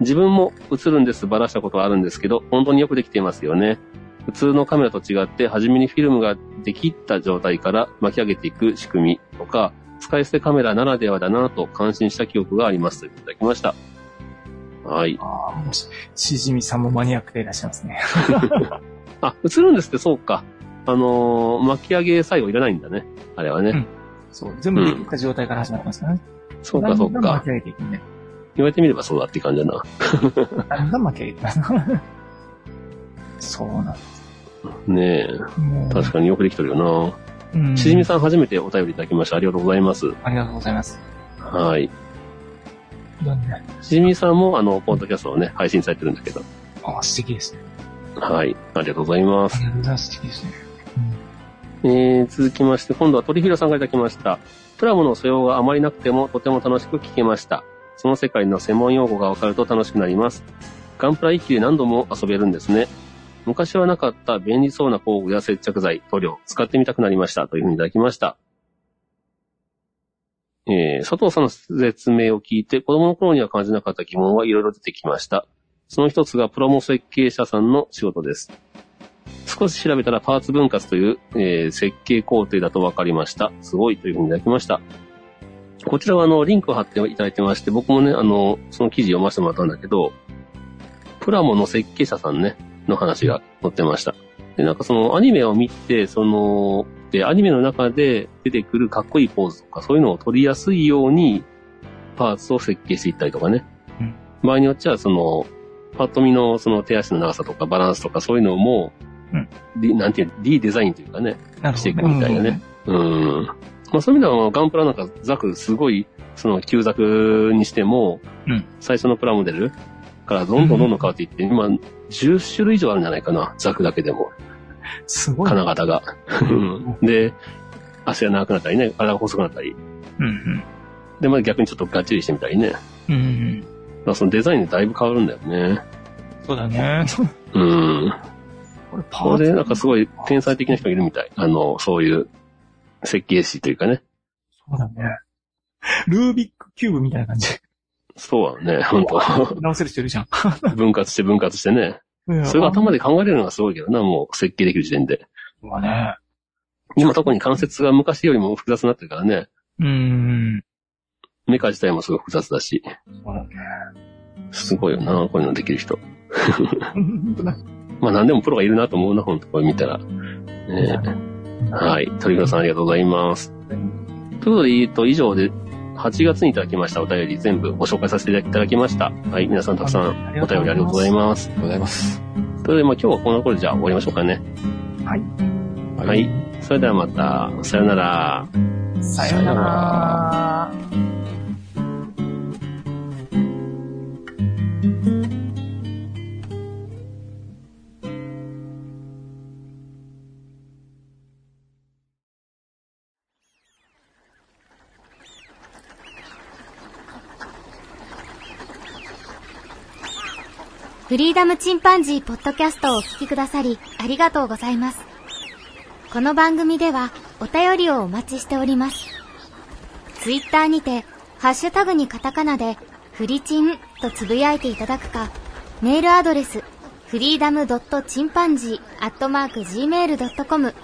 自分も映るんですばらしたことはあるんですけど、本当によくできていますよね。普通のカメラと違って、初めにフィルムができた状態から巻き上げていく仕組みとか、使い捨てカメラならではだなと感心した記憶がありますということでいただきました。はい。
ああ、もし、しじみさんもマニアックでいらっしゃいますね。 [laughs]
あ、映るんですってそうか。あのー巻き上げ最後いらないんだね。あれはね。
そう、全部できた状態から始まりますからね。
そうか、そう
だんだん
か
巻き。上げていくんで。
言われてみればそうだって感じだな。
だんだん巻き上げていく。 [laughs] そうなんで
ね
す。も
え。
う、
確かによくできてるよ
う
な。
ん
しじみさん初めてお便りいただきました。ありがとうございます。
ありがとうございます。
はい。
だんだん
しじみさんも、あの、ポッドキャストをね、配信されてるんだけど。
ああ、素敵ですね。
はい。ありがとうございま
あ
す。
りがとうございます。素敵ですね。
えー、続きまして、今度は鳥広さんがいただきました。プラモの素養があまりなくても、とても楽しく聞けました。その世界の専門用語がわかると楽しくなります。ガンプラ一機で何度も遊べるんですね。昔はなかった便利そうな工具や接着剤、塗料、使ってみたくなりました。というふうにいただきました。えー、佐藤さんの説明を聞いて、子供の頃には感じなかった疑問はいろいろ出てきました。その一つがプラモ設計者さんの仕事です。少し調べたらパーツ分割という、えー設計工程だと分かりました。すごいというふうにいただきました。こちらはあの、リンクを貼っていただいてまして、僕もね、あの、その記事読ませてもらったんだけど、プラモの設計者さんね、の話が載ってました。で、なんかそのアニメを見て、その、て、アニメの中で出てくるかっこいいポーズとか、そういうのを取りやすいように、パーツを設計していったりとかね。
うん
場合によっちゃ、その、パッと見のその手足の長さとかバランスとかそういうのも、
うん
リなんていう、リデザインというかね、
なる
し
ほ
て
ど
いくみたいなね。。うん。まあそういう意味では、ガンプラなんかザクすごい、その旧ザクにしても、
うん
最初のプラモデルからどんどんどんどん変わっていって、今10種類以上あるんじゃないかな、ザクだけでも。
すごい。
金型が。うん [laughs] で、足が長くなったりね、体が細くなったり。
うん
で、まあ逆にちょっとがっちりしてみたりね。だか
うん。うんうん。
らそのデザインでだいぶ変わるんだよね。
そう
[laughs]
だね。
うん。
これパ
こ
ー
れ
ツ。
なんかすごい天才的な人がいるみたい。あの、そういう設計士というかね。
そうだね。ルービックキューブみたいな感じ。
そうだね、本当
直せる人いるじゃん。
分割して分割してね。それが頭で考えれるのがすごいけどな、もう設計できる時点で。
うんはね。
今特に関節が昔よりも複雑になってるからね。
うん。
メカ自体もすごい複雑だし。
そうだね。
すごいよな、こういうのできる人。
本当だ。
まあ何でもプロがいるなと思うな、本当これ見たら。ねはい。鳥黒さんありがとうございます。ということで、えっと、以上で、8月にいただきましたお便り全部ご紹介させていただきました。はい、皆さんたくさんお便りありがとうございます。
ございま
と
す。
いうことで、まあ今日はこんなところでじゃあ終わりましょうかね。
は
はい。それではまた、さよなら。
す。さよなら。
フリーダムチンパンジーポッドキャストをお聞きくださり、ありがとうございます。この番組では、お便りをお待ちしております。ツイッターにて、ハッシュタグにカタカナで、フリチンとつぶやいていただくか、メールアドレス、フリーダムドットチンパンジーアットマーク Gmail.com、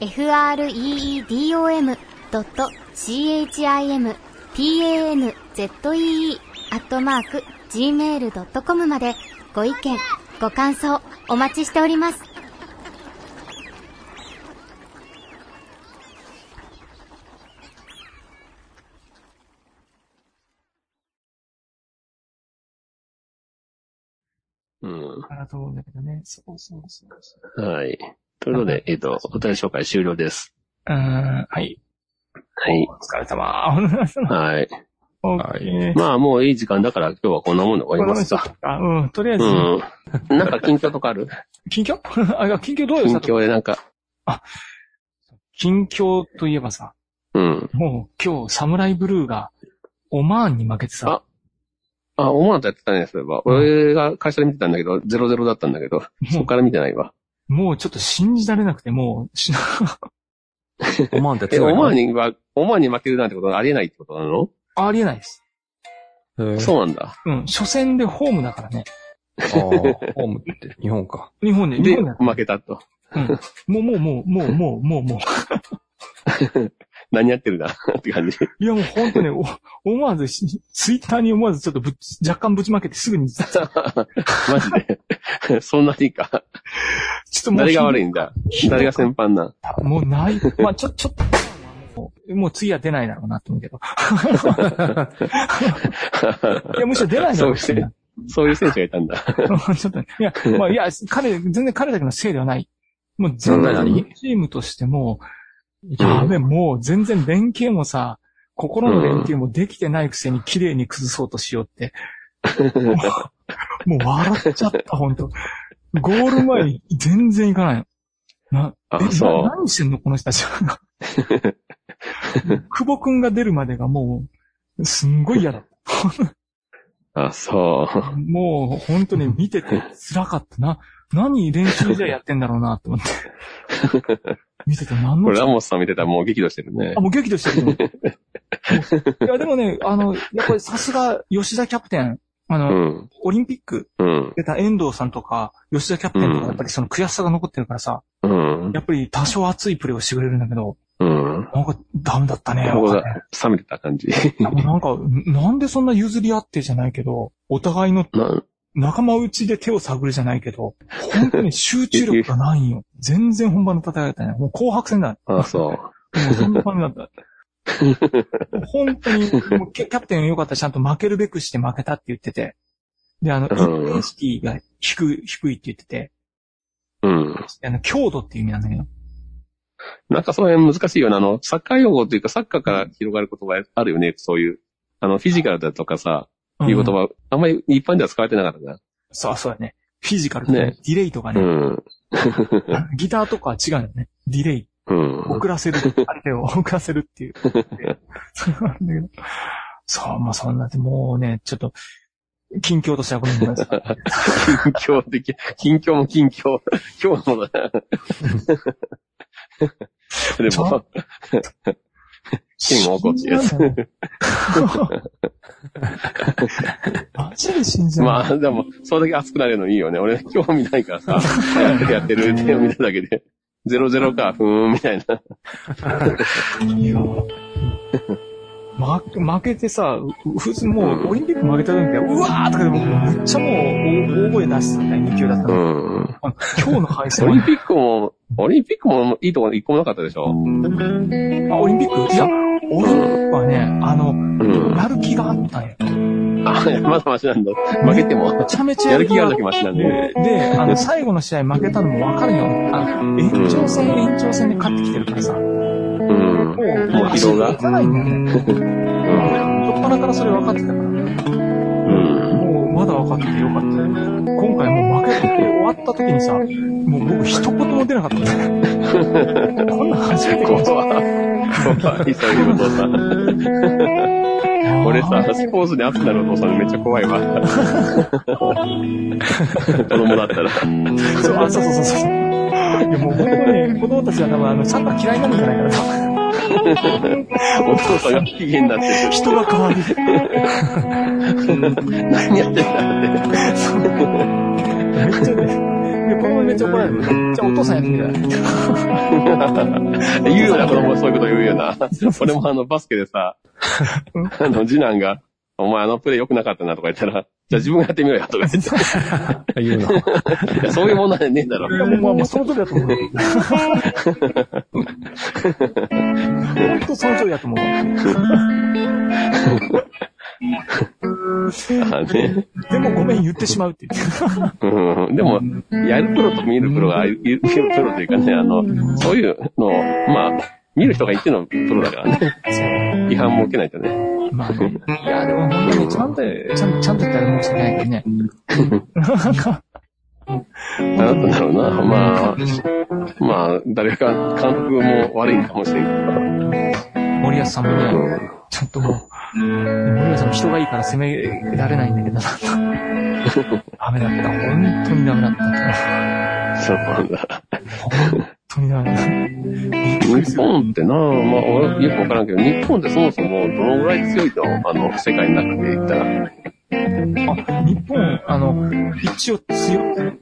freedom ドット chimpanzee アットマーク Gmail.com まで、ご意見、ご感想、お待ちしており
[laughs]
ます。
うん。
だと思うんだけどね。そうそうそうそう。
はい。ということで、えっと、お便り紹介終了です。
うーん。はい。
はい
お。疲れ様。
はい。
は
はいい。
まあもういい時間だから今日はこんなもんで終わりますか。
あ、うん。とりあえず
う、ん。なんか近況とかあ [laughs] る
近況 [laughs] あ、いや近況どうよ、
近
佐藤
況でなんか、
近況といえばさ、
うん。
もう今日、サムライブルーが、オマーンに負けてさ、
あ、思わなかったやってたね、そういえば。俺が会社で見てたんだけど、00だったんだけど、そ
も
こから見てないわ。
う、もうちょっと信じられな [laughs] くて、もう、し
オマーンって
え、
強い
オ
の
マーンには、オマーンに負けるなんてことはありえないってことなの、
ありえないです。
へー
そうなんだ。
うん。初戦でホームだからね。
あーホームって日本か。
日本で、日
で、
本だから
負けたと。
もう、もう、もう、もう、もう、もう、も
何やってるんだって感じ。
う。いや、もう本当ね、お思わずし、ツイッターに思わずちょっとぶっ若干ぶちまけてすぐに、ちょ [laughs] っ
マジで。 [laughs] そんなにか。
ともう、
誰が悪いんだ
ひどか
誰
った
が先般なん
もうない、まあちょ、ちょっと、もうもう次は出ないだろうなと思うけど。 [laughs] いや、むしろ出ないだろうな
そうですそういう選手がいたんだ。
[laughs] ちょっとね、
[laughs]
いや、まあ、いや、彼、全然彼だけのせいではない。もう全
そんな
体
に
チームとしても、やべ、もう全然連携もさ、心の連携もできてないくせに綺麗に崩そうとしようって。もう笑っちゃった、本当ゴール前に全然行かないの。な、
あ、
えな
そ
何してんのこの人たち
[laughs]
は。久保くんが出るまでがもう、すんごい嫌だ。
う。あ、そう。
[laughs] もう、本当に見てて辛かったな。何練習試合やってんだろうなって思って。
[laughs]
見てて何
こ
の
れ、ラモスさん見てたらもう激怒してるね
あ、。もう激怒してるも
[laughs]
う。いや、でもね、あの、やっぱりさすが吉田キャプテン、あ
う
の、
ん。
オリンピック
うん。
出た遠藤さんとか、吉田キャプテンと
うん
か、やっぱりその悔しさが残ってるからさ、
うん。
やっぱり多少熱いプレーをしてくれるんだけど、
うん。
なんかダメだったね。
ここ
や
が
っぱね
冷めてた感じ。
いやもうなんか、なんでそんな譲り合ってじゃないけど、お互いの
な
仲間内で手を探るじゃないけど、本当に集中力がないん
[laughs]
よ。全然本番の戦いだったね。もう紅白戦だ。
ああ、そう。
もうそんな感じだった。も
[laughs]
う本当に、もうキャキャプテン良かったらちゃんと負けるべくして負けたって言ってて。で、あの、
うん
インテンシティが低い、低いって言ってて、
うん。
あの、強度っていう意味なんだけど。
なんかその辺難しいよね。あの、サッカー用語というか、サッカーから広がる言葉あるよね。そういう。あの、フィジカルだとかさ、
うん
いう言葉、あんまり一般では使われてなかったな。
そう、そうだね。フィジカルとか
ね
ディレイとか
う
ね。
ん。
ギターとかは違うんだよね。ディレイ。
うん。
遅ら
[laughs]
せる。相手を遅らせるっていう。そうなんだけど。そう、まあそんなで、もうね、ちょっと、近況としてはごめんなさ
[laughs]
い。
近況的、近況も近況、今日も [laughs] だ。で
ちょ
も、信号こっちです
信じらんない。 [laughs] マジで信じらんない。
まあ、でも、それだけ熱くなれるのいいよね。俺、興味ないからさ、やってる手を見ただけで、ゼロゼロか、ふーん、みたいな。
いやま、負けてさ、う普通もうオリンピック負けた時は、うわーとかでも、めっちゃもう大大声出してたね、2級だった
う
の。
ん。
あの今日の敗戦
オ
は
リン
ね
ピックも、オリンピックもいいとこ一個もなかったでしょ
あ、オリンピックいや、オリンピックはね、あの、
うん。 [laughs]
やる気があったんよ。
あ、まだマシなんだ。負けて
め
も。
ちゃめちゃ
やる気がある
る
時マシなんで。
で、あの、最後の試合負けたのもわかるよ。あの、延長戦も延長戦で勝ってきてるからさ。も
うん。も
う、
う疲労が
足がないんだよね。
うん。
初っ端からそれ分かってたから。
うん。
もうまだ分かっててよかったよ。今回もう負けて終わった時にさ、もう僕一言も出なかったね。こんなん初めてか
怖
も
い。
しれ
怖い、そういうことさ。
ない
俺さ、スポーツで熱くなるお父さんめっちゃ怖い [laughs] わ。子供だったら。
そう、あ、そうそうそうそう。いやもう本当ね、子供たちは多分あの、サッカー嫌いなんじゃないかな、多分。
お父さんが不機嫌になって、
人が変わる。
何やってんだって。
めっちゃね。で、子供にめっちゃ怒られる。じゃあお父さんやってみたら。
言うよな、子供はそういうこと言うよな。俺もあの、バスケでさ、あの、次男が、お前あのプレー良くなかったなとか言ったら、じゃあ自分がやってみろよとか言って
言う [laughs] の。
いやそういうもんなんじゃねえんだろ。
いや、もうまあまあ、その通りだと思う。本当その通りだと思う。
あね
でもごめん言ってしまうっていう。
うん、でも、やるプロと見るプロが、見るプロというかね、あの、そういうのを、まあ、見る人がいてのプロだからね。違反も受けないとね。
まあね。いや、でも本当にちゃんと、ちゃんと、ちゃんと言ったら申し訳ないけどね。なんか、
なんだろうな。まあ、まあ、誰か監督も悪いのかもしれんけど。
森保さんも
う
ね、
ん
ちょっともう、森保さんも人がいいから攻められないんだけどな。ダメだった。本当にダメだった。
そうなんだ。
本当にダメだった。びっくり
日
する。
本ってな、まあ、俺よくわからんけど、日本ってそもそもどのぐらい強いのあの、世界の中で言ったら。
あ、日本、あの、一応強い、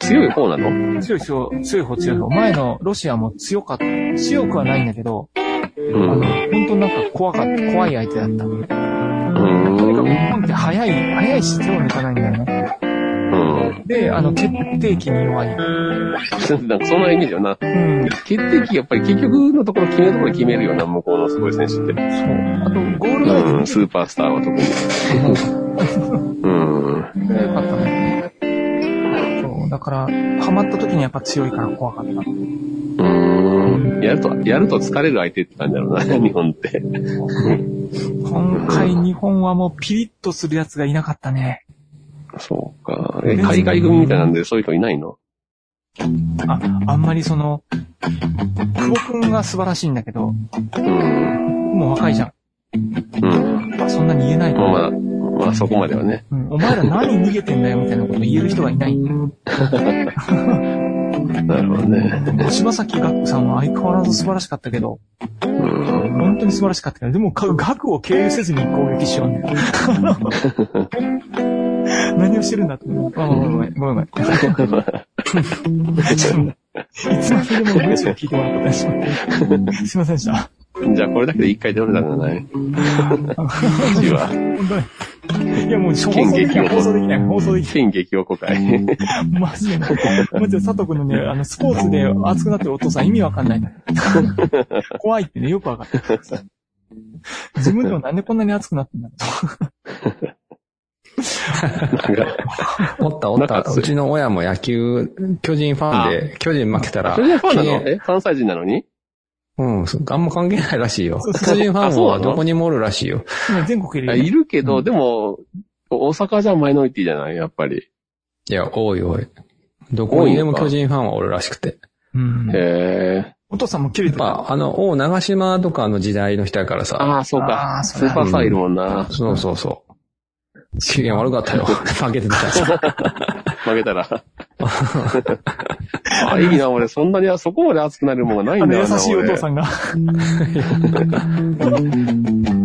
強い方なの
強い強い、強い方強い方。前のロシアも強かった。強くはないんだけど、
う
あの、
ん。
本当になんか怖かった。怖い相手だった。とにかく
う
日本って早い、早いし手を抜かないんだよね。
ん。うん。
で、あの、決定機に弱い。
なんかそんなイメージよな。
うん。
決定機、やっぱり結局のところ決めるところで決めるような向こうのすごい選手って。
そう。あと、ゴール前で
うん、
見て
スーパースターは特に。 [laughs] うん。
よかったね。そう。だから、ハマった時にやっぱ強いから怖かった。
うん。やると、やると疲れる相手って感じだろうな、日本って。
今回日本はもうピリッとするやつがいなかったね。
そうか。え、海外組みたいなんでそういう人いないの
あ、あんまりその、久保くんが素晴らしいんだけど、
うん。
もう若いじゃん。
うん。
やっぱそんなに言えないと
まあま
思う
だ、まあそこまではね。
うん、お前ら何逃げてんだよみたいなこと言える人がいない。
なるほどね。
柴崎岳さんは相変わらず素晴らしかったけど、
うん。 [laughs]
本当に素晴らしかったけど、でもか額を経由せずに攻撃しようね。 [laughs] 何をしてるんだって。あごめんごめんごめんご [laughs] めん。ちょっといつまででも話を聞いてもらったです。すいませんでした。
じゃあこれだけで一回で俺だからない。うちは。
[laughs] 本当に。いや、もう、放送できない、放送できない、放送できない。
県激おこ [laughs] 会。
マジで。 [laughs] マジで、佐藤くんのね、あの、スポーツで熱くなってるお父さん意味わかんない。 [laughs] 怖いってね、よくわかんない。自分でもなんでこんなに熱くなってんだ
な
ろ
んか
おったおっ
な
た。
んかそう
うちの親も野球、巨人ファンで、巨人負けたら、
巨人ファンなの
禁
え関西人なのに
うん、そあんま関係ないらしいよ
そう。そう
巨人フ
あ
ァン
そうな
は
の
どこにもおるらしいよ。
う。今全国い
あ
る
い
よ。
るけ
う
ど、
ん
でも、大阪じゃマイノリティじゃないやっぱり。
いや、多い多い。どこにでも巨人ファンはおるらしくて。
うん
へえ。
お父さんも切れ
やって
た。
ぱ、あの、王長島とかの時代の人やからさ。
ああ、そうか。
あー
ス
そ
ーパーサーいるもんな。
そうそうそう。機嫌悪かったよ。負けてた。
負けた
[laughs]
ら。あ、いいな、俺、そんなに、そこまで熱くなるもんがない
あ
ん
の、
だよ
優
な。
しいお父さ
ん。
んが。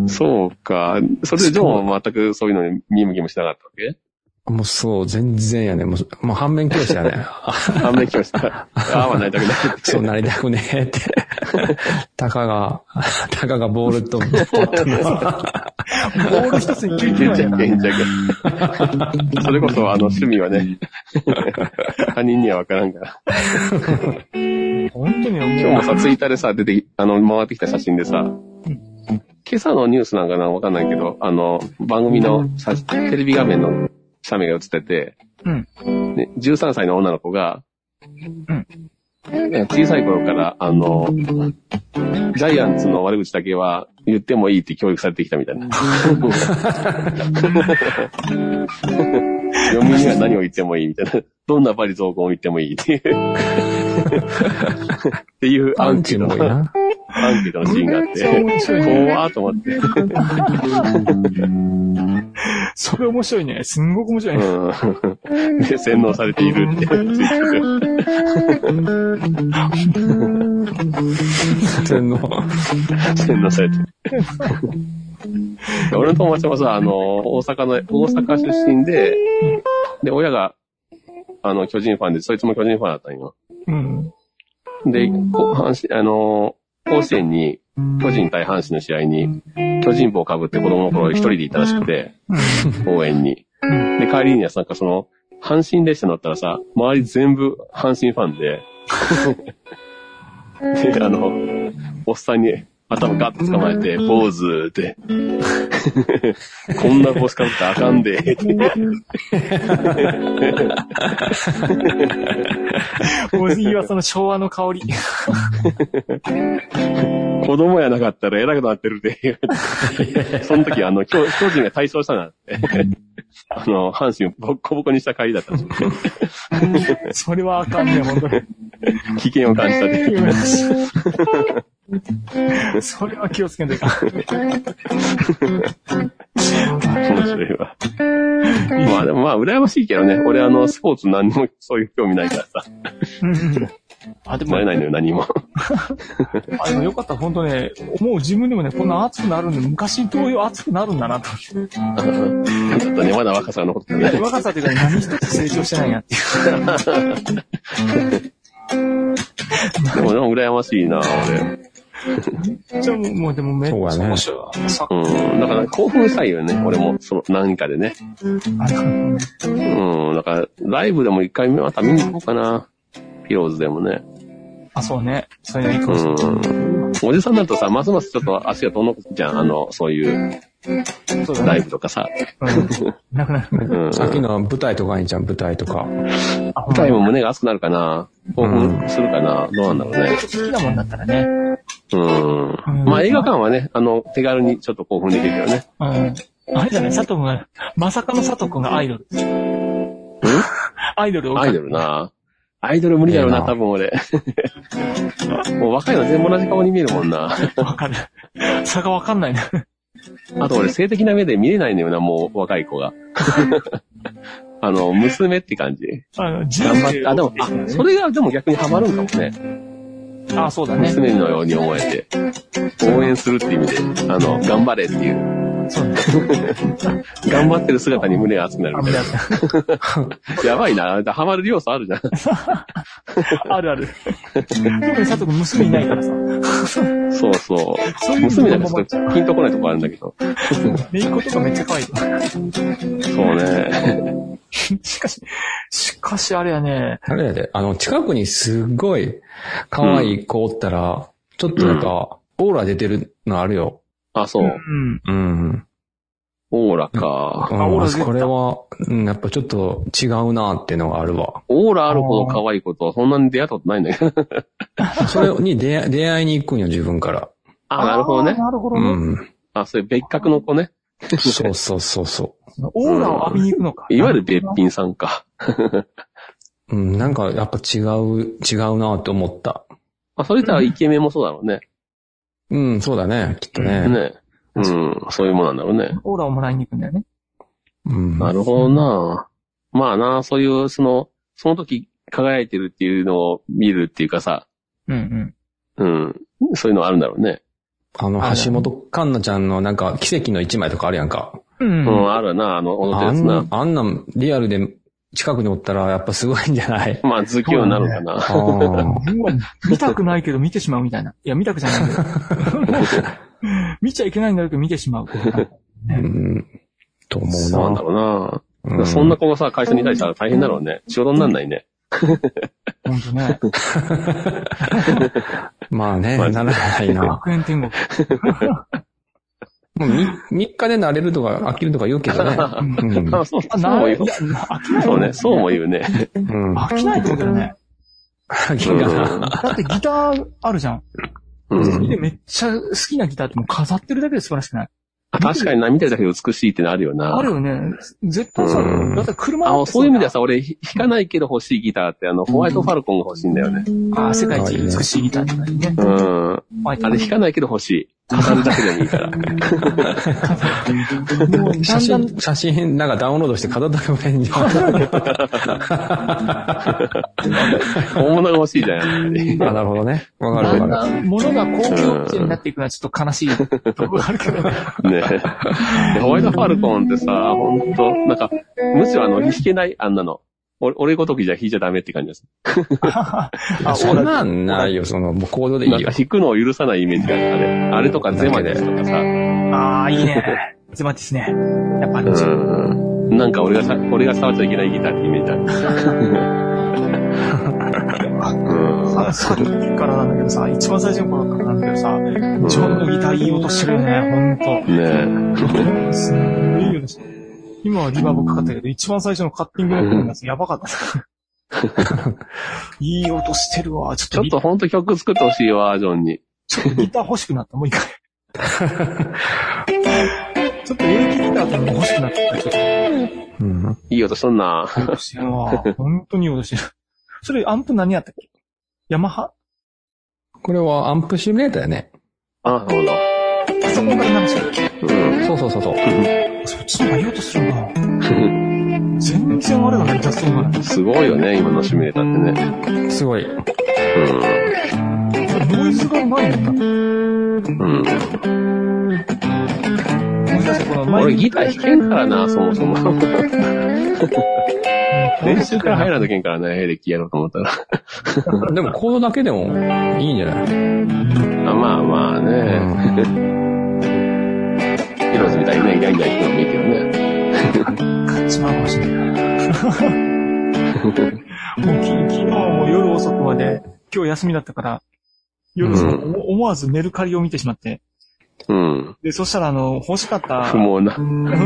そうか。それで、ジョンは全くそういうのに見向きもしなかったわけ
[laughs]
もうそう、全然やね。もう、もう反面教師やね。あ
反面教師だ。ああはなりたくないって。
そうなりたくねえって。たかが、たかがボールと、
ボール一つに切れて
けんちゃ
ないよな
けんちゃ
[laughs]
け。それこそ、あの、趣味はね、他人には分からんから。
本当に
今日
も
も
う、
さ、ツイッターでさ、出てき、あの、回ってきた写真でさ、今朝のニュースなんかなわかんないけど、あの、番組のさテレビ画面の写メが映ってて、
うん
ね、13歳の女の子が、
ん
小さい頃から、あの、ジャイアンツの悪口だけは言ってもいいって教育されてきたみたい
[laughs]
な。読みには何を言ってもいいみたいな。どんな罵詈雑言を言ってもいいっていう。っていうア
アン
ンケ
チ
ート
も多いな。
アンケートのシーンがあって、怖ーと思って。
それ面白いね。すんごく面白いね。
うん。で、洗脳されているってツイ
[laughs]
ートが。
天皇。
洗脳されてる。俺の友達もさ、あの、大阪の、大阪出身で、で、親が、あの、巨人ファンで、そいつも巨人ファンだったんよ。
うん。
で、こ阪神、あの、甲子園に、巨人対阪神の試合に、巨人帽をかぶって子供の頃一人で行ったらしくて、応援に。
うん
で、帰りにはさ、なんかその、阪神列車乗ったらさ、周り全部阪神ファンで、で、あの、おっさんに頭ガッと捕まえて、坊主って、 [laughs] こんな帽子かぶったらあかんで、って
大杉はその昭和の香り。
[laughs] 子供やなかったら偉くなってるで、
[laughs]
その時、あの、巨巨人が対象したなって。 [laughs] あの、阪神をボッコボコにした帰りだったんですよ
それはあかんね、本当に。
危険を感じたで。
それは気をつけんといかん。
面白いわ。まあでもまあ羨ましいけどね。俺あのスポーツ何にもそういう興味ないからさ。
あ、でも
なれ、ないのよ何も。
あでもよかった。本当ね、思う自分でもね、こんな熱くなるんで、昔同様熱くなるんだなと。
よかったね。まだ若さが残ってるね。
[laughs] 若さというか何一つ成長してないなってい
でもでも羨ましいな俺。
う。じゃあもう、もうでもめっちゃ
そうやね
面白いわ。さ
うん。だから興奮したいよね。俺もその何かでね。
あの
うん。だからライブでも一回また見に行こうかな。ピローズでもね。
あ、そうね。それに行
うん。
く
おじさんになるとさ、ますますちょっと足が遠のくじゃん。あの、そういう
そうだ
ライ
ね。
ブとかさ。
うんなくなる。
うん。
さっきの舞台とかにちゃん、舞台と
あ、
か。
ほん
舞
ま
台
に
も胸が熱くなるかな。興奮するかな。どうなんだろうね。
好きなもんだったらね。
うん
うん
まあ映画館はね、あの、手軽にちょっと興奮できるよね。
うん。あれだね、佐藤くんが、まさかの佐藤くんがアイドル。アイドルを
アイドルな。アイドル無理だろう
いい
な、
な
多分俺。 [laughs] もう若いの全部同じ顔に見えるもんな。
わかる。差がわかんないな。
あと俺性的な目で見れないのよな、もう若い子が。あの、娘って感じ。
あの、
頑張って。あ、でも、あ、それがでも逆にハマるんかもね。
あ、そうだね。
娘のように思えて。応援するって意味で、あの、頑張れっていう。
そうだね。
頑張ってる姿に胸が熱くなる
あ
みたいな。やばいな。ハマる要素あるじゃん。
[laughs] あるある。でもね佐藤くん娘いないからさ。
そうそう。
そういう意味
娘
で
なんか
も
すごいピンとこないとこあるんだけど。
めいっ子とかめっちゃ可愛い。
そうね。
しかし、しかしあれやね、
あれやで、あの、近くにすっごい可愛い子おったら、ちょっとなんか、オーラ出てるのあるよ。
あ、そうう。
ん。
うん。
オーラか。
うん
オーラ出てた
これは、うん、やっぱちょっと違うなっていうのがあるわ。
オーラあるほど可愛いことはそんなに出会ったことないんだけど。
それに [laughs] 出会出会いに行くんよ、自分から。
あ、なるほどね。
なるほど
う
ね。
ん。
あ、それ別格の子ね。 [laughs]
そうそうそうそ
オーラを浴びに行くのか。
いわゆる別品さんか。
う。うん、なんかやっぱ違う、違うなって思った。
あ、それとはイケメンもそうだろうね。
うん、そうだね、きっとね。
ね。うん、そういうもんなんだろうね。
オーラをもらいに行くんだよね。
うん。
なるほどな。まあな、そういう、その、その時輝いてるっていうのを見るっていうかさ、
うんうん。
うん、そういうのあるんだろうね。
あの、橋本環奈ちゃんのなんか奇跡の一枚とかあるやんか。
うん
うん、あるな、あの、踊ってる
あ
やつ
んな
な、。
あんなんリアルで近くにおったらやっぱすごいんじゃ
[laughs]
ない
まあ、頭巾になるかな。
あー
うわ見たくないけど見てしまうみたいな。いや、見たくじゃないんだけど。
[laughs]
見ちゃいけないんだけど見てしまう。
うん。と思
そうなんだろうな。
うな。
そんな子がさ、会社にいたりしたら大変だろうね。仕事になんないね。
ほんとね。
まあね、
まあ
ならないな。
学園天国。
も [laughs] う3日で慣れるとか飽きるとか言うけどね。
[laughs]
うん
あ、そう、そう
な
も
い
言
や、飽きな
う。
い。
そうね、そうも言うね。
うん。
飽きないってことだよね。
飽き
う
る
ん
かな。
だってギターあるじゃん。
うん
で、めっちゃ好きなギターってもう飾ってるだけで素晴らしくない
あ確かにな、見てるだけで美しいってのあるよな。
あるよね。絶対さ、
うん
だって車
あそういう意味では
は、
さ、俺、ひ弾かないけど欲しいギターって、あの、ホワイトファルコンが欲しいんだよね。
あ世界一美しいギターじゃないね
う。ん。あ
あ
れ
れ
弾かないけど欲しい。飾るだけでもいいから。
もう
写
だんだん
真、写真なんかダウンロードして片手くらいに。 [laughs] あ、
大物が欲しいじゃん、やっぱり。
なるほどね。わかる
だ
わ
んだ
か
ん物が高級品になっていくのはちょっと悲しいとこがあるけど。
ねでホワイトファルコンってさ、ほんと、なんか、むしろあの、弾けない、あんなの。俺、俺ごときじゃ弾いちゃダメって感じです。
る。そんなんないよ、その、もう行動でいい
なん
よ
か。弾くのを許さないイメージがある、あれ。あれとかゼマですとかさ。
ああ、いいね。ズバッですね。やっぱ、
うん。なんか俺がさ、俺が触っちゃいけないギターってイメージある。
ささっきからなんだけどさ、一番最初の頃からなんだけどさ、ジョンのギターいい音してるよね、ほん
うん。ね
と。すごいよね。 [laughs] 今はリバーブかかったけど、一番最初のカッティングの頃がやばかった。いい音してるわ。ちょっ
ち
と
ょっ
ギ、
とほんと曲作ってほしいわ、ジョンに。
ちょっとギター欲しくなった。もう一回。ちょっとエレキギターとかも欲しくなってきた。ちょっと
うん。
いい音しとんな。
いい音してるわ。本当にいい音してる。それ、アンプ何やったっけヤマハ
これはアンプシミュレーターやね。
あ、なる
パソコンから何してる
ほど。うん。
そうそうそうそう。
そっちの方がいい音するな。全然我がめっちゃそうなの。
すごいよね、今のシミュレーターってね。
すごい。
ノイズがないもん
う
な。
ん。うん。
もしかしてこの
俺
前に
ギター弾けんからな、そもそも。練習から入らなきゃいけんからね、エレキやろうと思ったら。
でもコードだけでもいいんじゃない
あまあまあね。ヒロズみたいにね、ギャンギャン弾くのもいいけどね。
買っちまうかもしれないな。もうき昨日はもう夜遅くまで、今日休みだったから、夜遅くお思わずメルカリを見てしまって。
うん。
で、そしたらあの、欲しかった
不。毛な、
出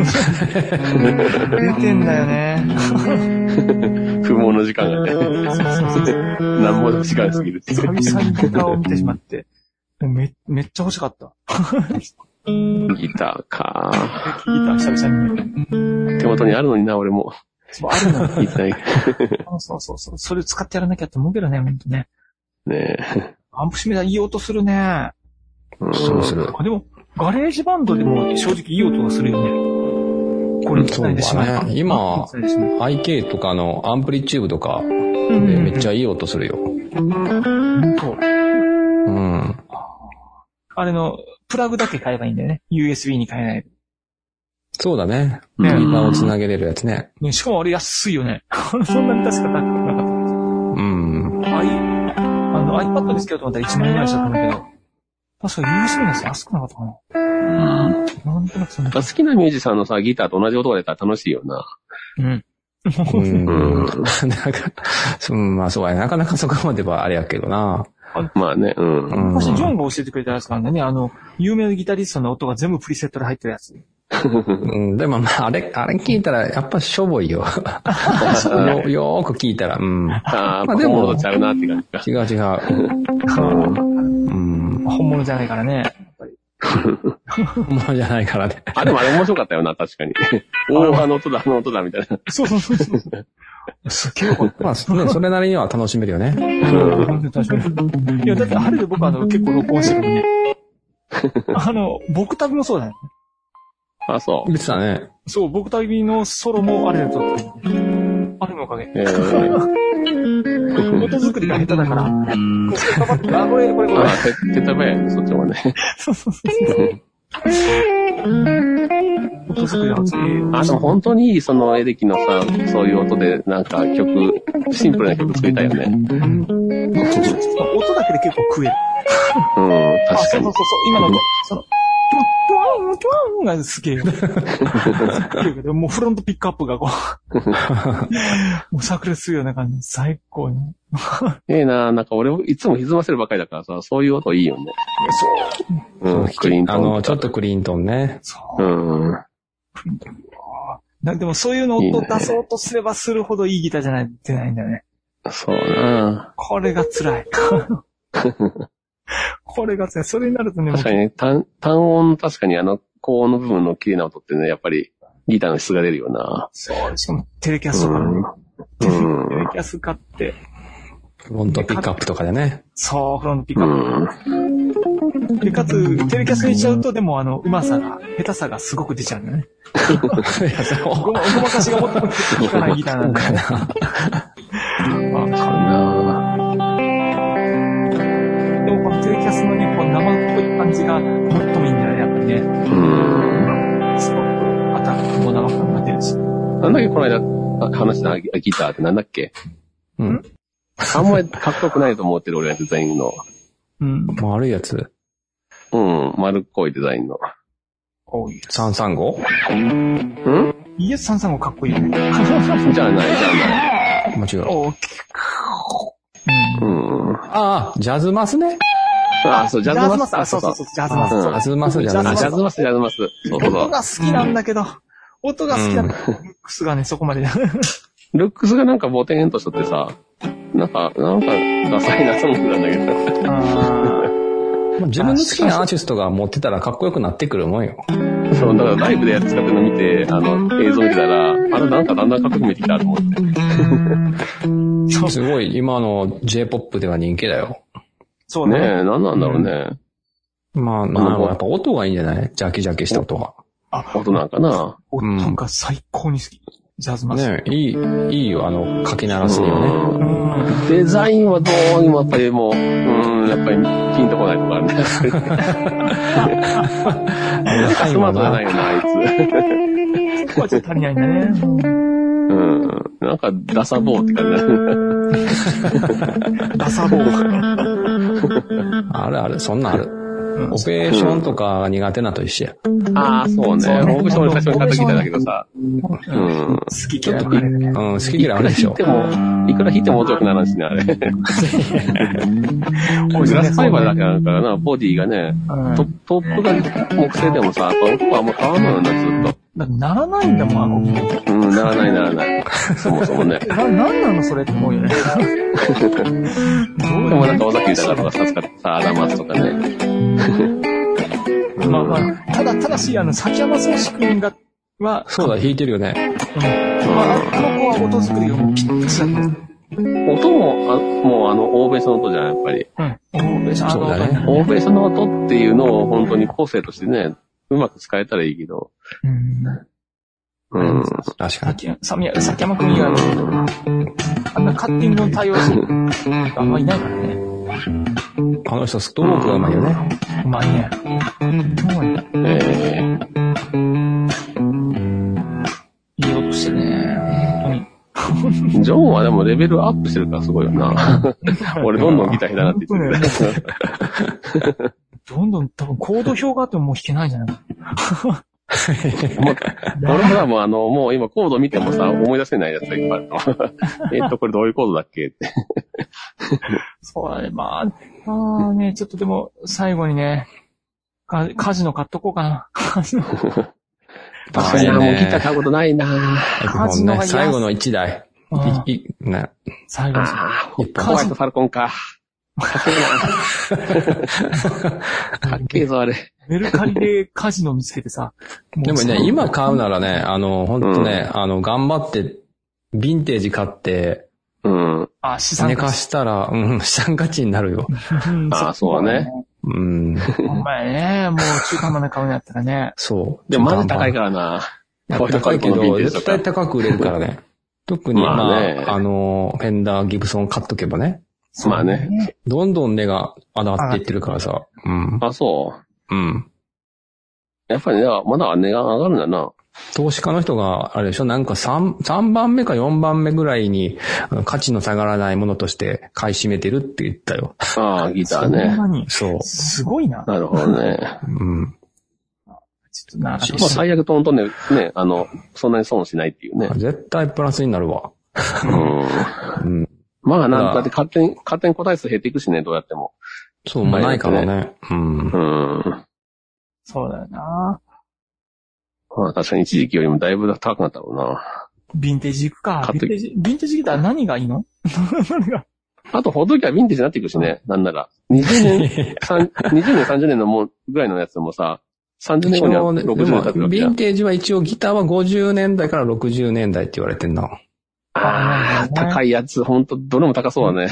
てんだよね。
不毛の時間がね、
そうそうそうそう。
なんぼ時間過ぎるってい
久
う。
々にギターを見てしまって。もうめ、めっちゃ欲しかった。
ギターか。
エレキギター久々に見て。
手元にあるのにな、俺も。
そう、あるの
[laughs]
よ
一体、
そうそうそう。それ使ってやらなきゃって思うけどね、ほんとね。
ね
アンプシミュレーターいい音するね。
うん
そうする。
あ、でも、ガレージバンドでも正直いい音がするよね。これ、
そうだね。今、IK とかのアンプリチューブとかでめっちゃいい音するよ。うん。
あれの、プラグだけ買えばいいんだよね。USB に変えない。
そうだね。
うん
ギターを繋げれるやつね。
ね、しかもあれ安いよね。 [laughs] そんなに確か高くなかっ
うん。
た。あい、あの、iPad につけようと思ったら1万円ぐらいしたと思うけど、確か優秀な人安くなかったか
うん。
な。なんとなくそんな。
好きなミュージシャンのさ、ギターと同じ音が出たら楽しいよな。
うん。
うん。
うん
なん [laughs] か、そうまあそうやね。なかなかそこまではあれやけどな。
まあね、うん。
[laughs] うん
昔、ジョンが教えてくれたやつなんだね。あの、有名なギタリストの音が全部プリセットで入ってるやつ。
うん、でもまあ、あれ、あれ聞いたら、やっぱしょぼいよ。よよーく聞いたら、うん。
ああ、
ま
まあ
あで
で
も
も、ちゃうなって感じか。
違う違う。うん。
本物じゃないからね。
本物じゃないか
[laughs]
らね。
あ、でもあれ面白かったよな、確
[laughs]
かに。おー、あの音だ、あの音だ、みたいな。
そうそうそうそう。すげえよかっ
まあ、ね、それなりには楽しめるよね。
た。うん確かに。いや、だってあれで僕あの、結構録音してるもんね。あの、僕旅もそうだよ。
あ、そう。
見てたね。
そう、僕旅のソロもあれで撮ってる。あれのおかげ。
えー、
音作りが下手だから。こうそれ頑張ってあ、これ、これ、こ
あ
れ。
ー、手手っ取り早いね、そっちもね。
そうそうそう。音作りが下
あ、でも本当に、その、エレキのさ、そういう音で、なんか曲、シンプルな曲作りたいよね。
手。音だけで結構食える。
うん、
あ、
確
そ
か
うそう
に
そう。。今の音、その、トゥワン、トゥワンがすげえよ。すげえけど、もうフロントピックアップがこ
[laughs]
う、もう炸裂するような感じ。最高に。
ええな、なんか俺、いつも歪ませるばっかりだからさ、そういう音いいよね。そう。うん、クリーンと。
あの、ちょっとクリントンね。
そう。
うん。
なでもそういうのを音出そうとすればするほどいいギターじゃないってないんだよね。
そうな。
これが
[laughs]
辛い。これが辛い。それになるとね、もう
確かにね、単、単音、確かにあの、高音の部分の綺麗な音ってね、やっぱり、ギターの質が出るよな。
そう、しかもテレキャス
う
とかね、
ん。
テレ
う
キャス買って、
フロントピックアップとかで
[laughs]
ね。
そう、フロントピックアッ
ん。
プ。で、かつ、テレキャスにしちゃうと、でもあの、うまさが、下手さがすごく出ちゃうんだよね。
いや、そ
ごま、ごまかしがもっと効かないギターなん
う
だ
か
よね。
な。
まあ
な
でもこのテレキャスのね、こう生っぽい感じが、最もいいんだよね、やっぱりね。
うん。
すごく。あとは、もう生感が出るし。
なんだっけ、この間、あ話したギターってなんだっけ
うん。
あんまりかっこよくないと思ってる俺はデザインの。
うん。
丸いやつ。
うん、丸っこいデザインの。
おういいです。
335?
ん
イエス335かっこいいよね。
じゃあない、じゃあない。
間違う。
おう
うん。
ああ、ジャズマスね。
あ、そう、ジャズマス。
あ、そうそうそう、ジャズマス。
うん
ジャズマスじゃな
あ、
い
ジ。ャズマス、ジャズマス。そうそうそ
音
う。
が好きなんだけど、音が好きなんだけど、ルックスがね、そこまで。
ルックスがなんかボテンとしとってさ、なんか、なんか、ダサいなと思ってたんだけど。
まあ自分の好きなアーティストが持ってたらかっこよくなってくるもんよ。
そう、だからライブで使ってるの見て、あの、映像見てたら、あれなんかだんだんかっこよく見えてきたと思って。
そう
すごい、今の J-POP では人気だよ。
そう
ねえ
ね。、
なんなんだろうね。
まあ、なんかやっぱ音がいいんじゃないジャキジャキした音が。
音なんかな。
音が最高に好き。ジャズマス。
ねいい、いいよ、あの、かき鳴らすよね。
う
うんん。
デザインはどうにもやっぱりもう、うん、やっぱりピンとこないとこある [laughs] ね。なんかスマートじゃないよな、あいつ。
そこはちょっと足りないんだね。
うん。なんかダサボーって感じだね。
ダサボー。
あるある、そんなんある。オペレーションとかが苦手なと一緒や。
ああ、そうね。
そうね
オークションで最初に買ったギターだけどさ。うん。
好き嫌い分かれるね。
うん、好き嫌いあるでし
弾い
ょ
て。も、いくら弾いても音良くならんしね、あ [laughs] れ。
多い
グ
よ
ラ
ね
スファイバーだけあるからな、ボディがね、
うん
トトップが木製でもさ、やっぱ音はあんま変わんのよな、ずっ
だってならないんだもん、あの音。
と。うん、ならないならない。そもそも [laughs] ね。
な、なんなのそれって思うよね。
でもなんか尾崎豊とかさ、使ってさ、アダマスとかね。
まあまあ、ただ、ただし、あの、崎山宗志くんが、は、
そうだ、弾いてるよね。
まあ、あの子は音作りがもうぴったしだった。
音も、あもうあの、オーベーションの音じゃん、やっぱり。
うん。
そうだね。
オーベーションの音っていうのを本当に個性としてね、うまく使えたらいいけど。
うん。
うん。
確かに。
崎山さみや崎山君以外は、あんなカッティングの対応する人あんまいないからね。
あの人、ストロークがうまい [laughs] よね。
うまいね。もうい
ええ
い音してね。本
ジョンはでもレベルアップして [laughs] るからすごいよな。
当に。
俺どんどんギター下手になっていってる。
どんどん多分行動表があってももう弾けないんじゃないかな。
[laughs] 俺もさ、もうあの、もう今コード見てもさ、思い出せないやつがいっぱいあるの。えっ [laughs] と、これどういうコードだっけって。
そうだね。まあ、まあね、ちょっとでも最後にね、かカジノ買っとこうかな。カジノ。
確
確
か
か
に
に
ね
もうギター買うことない [laughs] なぁ。
カジノが安い
最後の一台。
あー
いいね
最後に。
ああ、
一
ホ
本
ワイトファルコンか。 [laughs] かっけえぞ、あれ。
メルカリでカジノ見つけてさ。う
でもね、今買うならね、あの、本当ね、あの、頑張って、ヴィンテージ買って、
うん。
あ、資産
寝
価
か
値。
したら、うん、資産価値になるよ。
ん
あーそうだね。
うん、
お前ね、もう中間まで買うんやったらね。
そう。
でも、まだ高い
か
からな
ら
ホワイトファ
高い
ルコ
け
ンのヴィン
ど、
テージ
絶
とか
対。高く売れるからね。特に、
まあ
ま
ね
あ、あの、フェンダー、ギブソン買っとけばね。
まあね。
どんどん値が上がっていってるからさ。うん。
あ、そう。
うん。
やっぱりね、まだ値が上がるんだな。
投資家の人が、あれでしょ、なんか3、3番目か4番目ぐらいに、あの価値の下がらないものとして買い占めてるって言ったよ。
ああ、ギター
そん
ね。
なに。
そう。
すごいな。
なるほどね。
[laughs] うん。
ちょっとな、
まあ、最悪トントンで、ね、あの、そんなに損しないっていうね。
絶対プラスになるわ。
うん。
うん。
まあ、なんだって勝手に、勝手に個体数減っていくしね、どうやっても。
そう、もうないからね。うん。
うん。ま
そうだよな。
あ、確かに一時期よりもだいぶ高くなったろうな。
ヴィンテージ行くか。
買っ
ヴィ
と
ンテージ、ヴィンテージギター何がいいの [laughs] 何が
あと、ほどきはヴィンテージになっていくしね、なんなら。20年、
[laughs]
三20年、30年のもう、ぐらいのやつもさ、30年
一
後には
応ね、
60
で
年
も、
経
ヴ
ってるわけじ
ィ
ゃ
ン
ん。
テージは一応ギターは50年代から60年代って言われてんな。
ああ、高いやつ、ほんと、どれも高そうだね。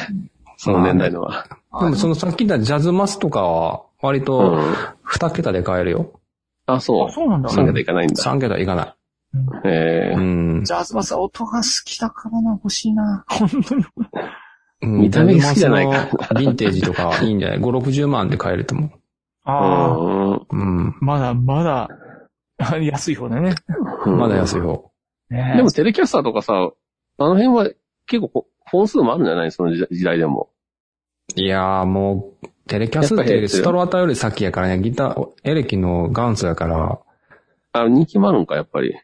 その年代のは。
でもそのさっき言ったジャズマスとかは、割
う
と
ん。
2桁で買えるよ。
あ、そ
あ、
う。
そうなんだ。
3桁いかないんだ。
3桁いかな
え
い。うん。
ジャズマスは音が好きだからな、欲しいな。本当に。
うん
見た目が好きじゃないか
ジャズマスのヴィンテージとかいいんじゃない ?5、60万で買えると思
え
ああ、
う。うん。
まだまだ、あ安い方だね。
うん。
まだ安い方。
ね
でも、テレキャスターとかさ、あの辺は結構こ本数もあるんじゃないその時時代でも。
いやーもう、テレキャスっ
やっぱ
て
り
ストロワタより先やからね、ギター、エレキの元祖やから、
あ、人気もあるんか、やっぱり。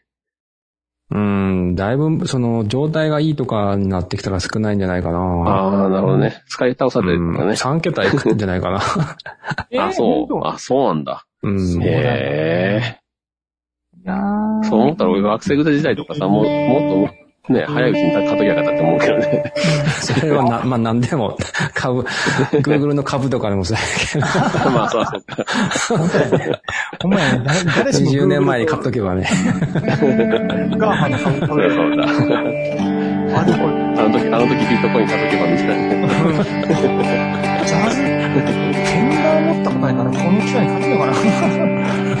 うん、だいぶ、その、状態がいいとかになってきたら少ないんじゃないかな。
ああ、なるほどね。使い倒されて
う
る
ん、
からね。
3桁いくんじゃないかな。
えー
あ、そ
本
う。あ、そうなんだ。
[laughs] う
だ
ん。
ね
へ
当い
え。
やー
そう思ったら俺学生時代とかさ、もう、もっと、ね、早いうちに買っときゃよかったって思うけどね。
それはな、まあ何でも、株、Google の株とかでも [laughs] そうやけど、
[laughs] まあ、そうそうか。
お前、誰誰しも
20年前に買っとけば
ガ
ね。
ーファの株
そうだそうだ。
あでも
あの時、あの時ビットコイン買っとけばみたいな。
[laughs]
ジャズ、フェンダー持ったことないから、この機会に買ってみようかな。
俺もちゃんとその買ったことないから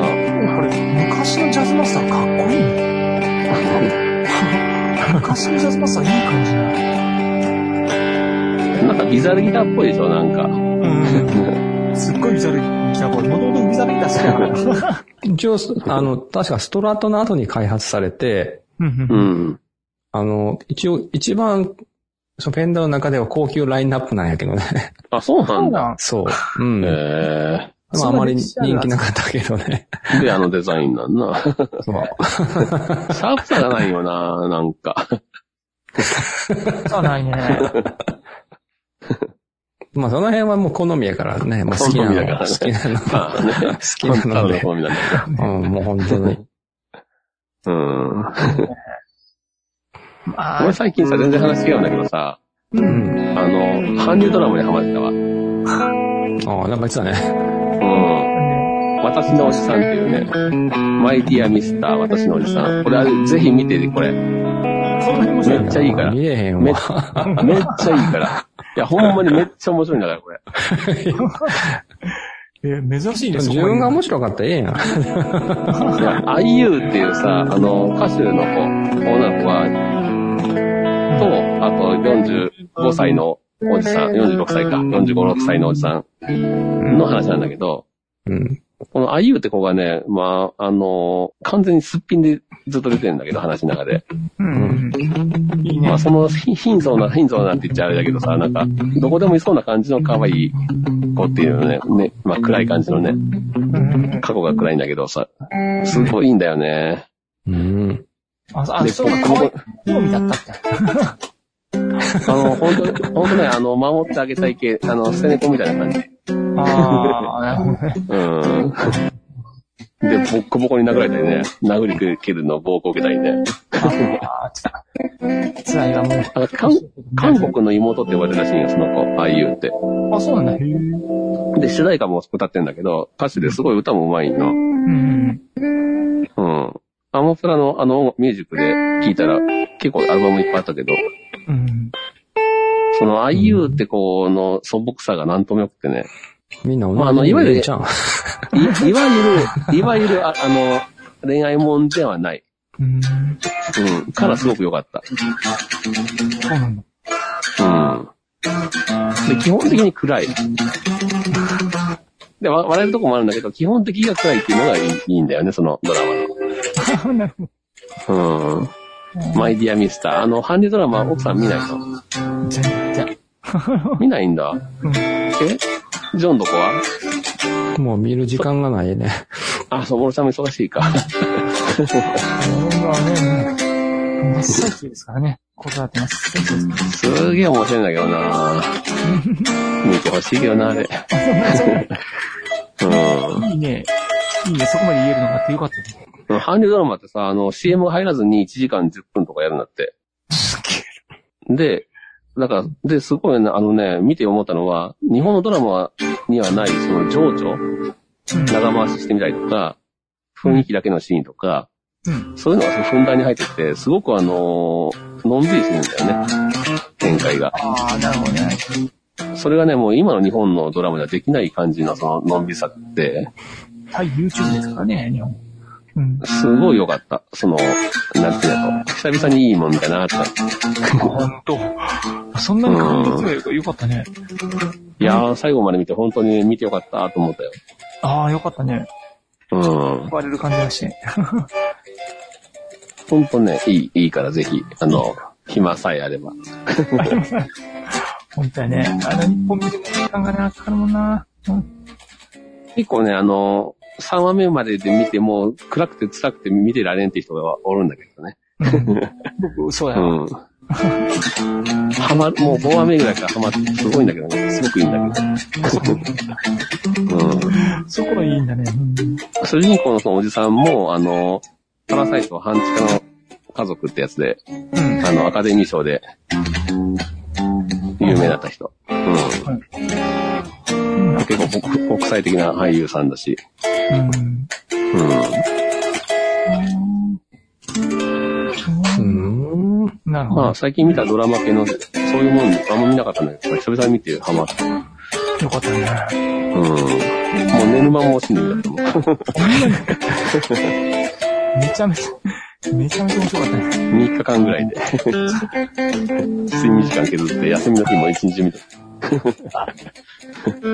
な。
これ、昔のジャズマスターかっこいいね。昔のジャズマスターいい感じだ。
なんかビザルギターっぽいでしょ、なんか。
うん。すっごいビザルギター、これ。もともとビザルギター好きだから。
一応、あの、確かストラトの後に開発されて、
うん
う。ん。
あの、一応、一番、そのペンダーの中では高級ラインナップなんやけどね。 [laughs]
あ、そうな
そうん
だ。
だ。
そう。うん。
へ
ま
え。
あ、あまり人気なかったけどね。
で、あのデザインなんな。
[laughs] そう。
シャープさがないよな、なんか。
そうないね。
まあ、その辺はもう好みやからね。もう好きな
好みやか
の。
らね
好きなの。
まあね。
好きな
ただ
の
の
で。
好みなんだけ
うん、もう本当に。
ど。うん。
ま
俺最近さ、全然話違うんだけどさ、
う
うん
ん。
あの、韓流ドラマにハマってたわ。
ああ、なんか言ってたね。
うん。私のおじさんっていうね。マイディアミスター、私のおじさん。これ、あれぜひ見てて、これ。
こんなに面白い
めっちゃいいから
見れへん
めっ
わ。
めっちゃいいから。いや、ほんまにめっちゃ面白いんだから、これ。
え、珍しいね、
自分が面白かったらええやん。
いや、IU っていうさ、あの、歌手の子、女の子は、と、あと45歳のおじさん、46歳か、45、6歳のおじさんの話なんだけど、
うん。
この IU って子がね、まあ、あのー完全にすっぴんでずっと出てるんだけど、話の中で。
うん。い
ま
いね
あ、。その、ひ貧相な、貧相なって言っちゃあれだけどさ、なんか、どこでもいそうな感じの可愛い子っていうのね、ね、まあ、暗い感じのね、
うん
過去が暗いんだけどさ、すごいいいんだよね。
うん。
あ、あ
で
そうか、
この
可愛い興味だったって。
あの、本当に、本当ね、あの、守ってあげたい系、あの、捨て猫みたいな感じ。
ああ、なるほどね。
うん。で、ボッコボコに殴られたりね、殴り蹴るの暴行受けたりね。
ああ、つらい。つらいわ、も
あの韓韓国の妹って呼ばれるらしいんよ、その子、IU って。
う。あ、そうなんだ。へえ。う
で、主題歌も歌ってんだけど、歌手ですごい歌も上手いの。
ん。
うん。アモプラのあのミュージックで聴いたら結構アルバムいっぱいあったけど、
うん。
その IU ってこの素朴さがなんともよくてね、
みんな同じ
まああのいわゆる
ちゃん。
いいわゆる、いわゆるああの恋愛もんではない。
うん。
うん。からすごく良かった。
そうなんだ。
うん。で、基本的に暗い。で、わ笑えるとこもあるんだけど、基本的には暗いっていうのがいいいいんだよね、そのドラ
あなるほ
マの。うん。マイディアミスター。あの、ハンディドラマ奥さん見ないの
ど。全然。
見ないんだ。
うん。
えジョンどこは
[laughs] もう見る時間がないね。
あ、そう、俺さんも忙しいか。
僕はね、もう真っ最中ですからね。子育て真っ最中ですから。
すげえ面白いんだけどな見てほしいけどな、あれ。うん。
いいね。いいね。そこまで言えるのがあってよかったね。
韓流ドラマってさ、あの、CM が入らずに1時間10分とかやるんだって。
すげえ。
で、だから、で、すごいね、あのね、見て思ったのは、日本のドラマにはない、その情緒、長回ししてみたりとか、雰囲気だけのシーンとか、
うん。
そういうのがふんだんに入ってきて、すごくあのーのんびりするんだよね。展開が。
ああ、なるほどね。
それがね、もう今の日本のドラマではできない感じのそののんびりさって、
対 YouTube ですからね、日本。うん。
すごい良かった。その、なんていうのと、久々にいいもんだなって。
ほんと。そんなに感動強いよかったね。
いやー、最後まで見て本当に見てよかったと思ったよ。
ああ、よかったね。
うん。
壊れる感じがして。
ほんとね、いい、いいからぜひ、あの、暇さえあれば。
本当やね。あの、日本見ても時間がなかかるもんな。うん。
結構ね、あの、3話目までで見ても、暗くて辛くて見てられんって人がおるんだけどね。
僕、そうや
う
わ。
ん。はまる、もう5話目ぐらいからハマって、すごいんだけどね。すごくいいんだけど。うん。
そこがいいんだね。うん。
主人公のそのおじさんも、あの、パラサイト半地下の家族ってやつで、
うん。
あの、アカデミー賞で、有名だった人。うん。
うん
結構国国際的な俳優さんだし。
うん。
う
うーん。
なる
ん。
ほ
ま
ど
あ、。最近見たドラマ系の、そういうもん、あんま見なかったんだけど、久々に見てハマった。
よかったね。
うん。もう寝る間も惜しんでるんだと思う。
[laughs] めちゃめちゃ、めちゃめちゃ面白かったね。
3日間ぐらいで。睡眠時間削って、休みの日も1日見た。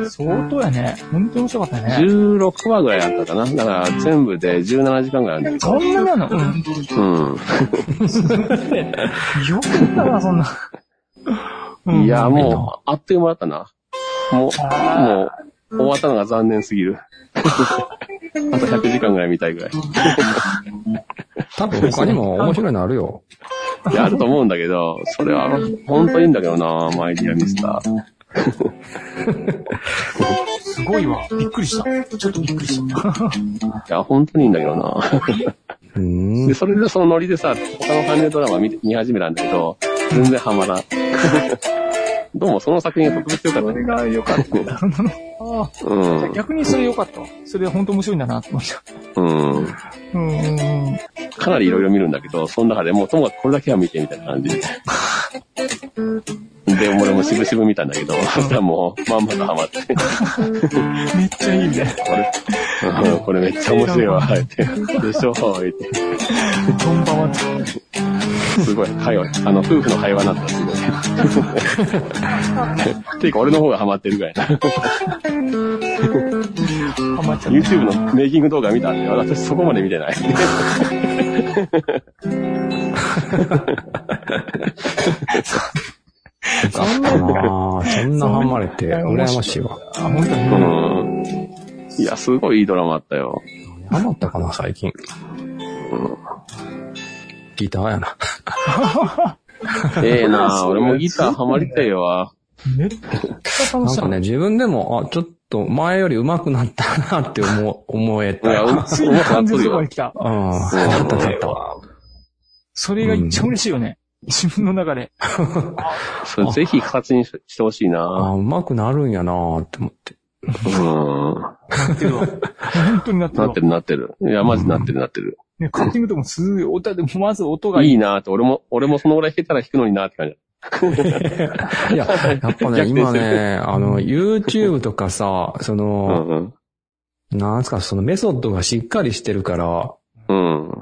相当やね。本当に面白かったね。
16話ぐらいあったかな。だから、全部で17時間ぐらいあるんだけど
そんななのうん。
うん。
よく見たな、そんな。
いや、もう、あっという間だったな。もう、もう、
あ
終わったのが残念すぎる。あと100時間ぐらい見たいぐらい。
多分他にも面白いのあるよ。
いや、あると思うんだけど、それは、ほんといいんだけどな、マイディアミスター。
う、すごいわ。びっくりした。ちょっとびっくりした。
いや、ほんとにいいんだけどな。
うー
で、
ん。
それでそのノリでさ、他の関連ドラマ見見始めたんだけど、全然ハマらん。 [laughs] どうもその作品が特別良かったね。
が良かったな。あ
う
あ
ん。
逆にそれ良かったわ。それは本当面白いんだなって思いました。
うん。
うんうんうん。
かなりいろいろ見るんだけど、その中でもうともかくこれだけは見てみたいな感じ。で、俺も渋々見たんだけど、そしたらもう、まんまとハマって、
めっちゃいいね。
これ、うんこれ [laughs] めっちゃ面白いわ、って。でしょ、って。
こんばんは。
すごい、会話、あの、夫婦の会話になったらすごい。ていうか、俺の方がハ [laughs] マってるぐらいな。
ハマっちゃった。
YouTube のメイキング動画見たんで、私そこまで見てない。
そんな、そんなハマれて、羨ましいわ。
あ、本当に。
うん。いや、すごいいいドラマあったよ。
ハマったかな、最近。ギターやな。
ええな [laughs] 俺もギターハマりたいわ。
めっちゃ楽しそう。
なんかね、自分でも、あ、ちょっと前より上手くなったなって思、 [laughs] 思え
い
た。
や、う
うん。
ま
ついに
くな
完
っと
全
る
そこ
よ
に。来
[laughs]
た。
なったなったわ。
それが一番嬉しいよね。自分の中で。
それぜひ形にししてほしいな
あ、上手くなるんやなって思って。
うん。
なってるわ。本当になってる
な
わ
ってるなってる。いや、マジなってるなってる。
ね、カッティングでもすごい、音でもまず音がいい。
いいなって、俺も、俺もそのぐらい下手な弾くのになって感じ。
いや、 [laughs] やっぱね、
逆転
今
してる
ね、あの、YouTube とかさ、そうの、
ん
なんすか、そのメソッドがしっかりしてるから、
うん。うん。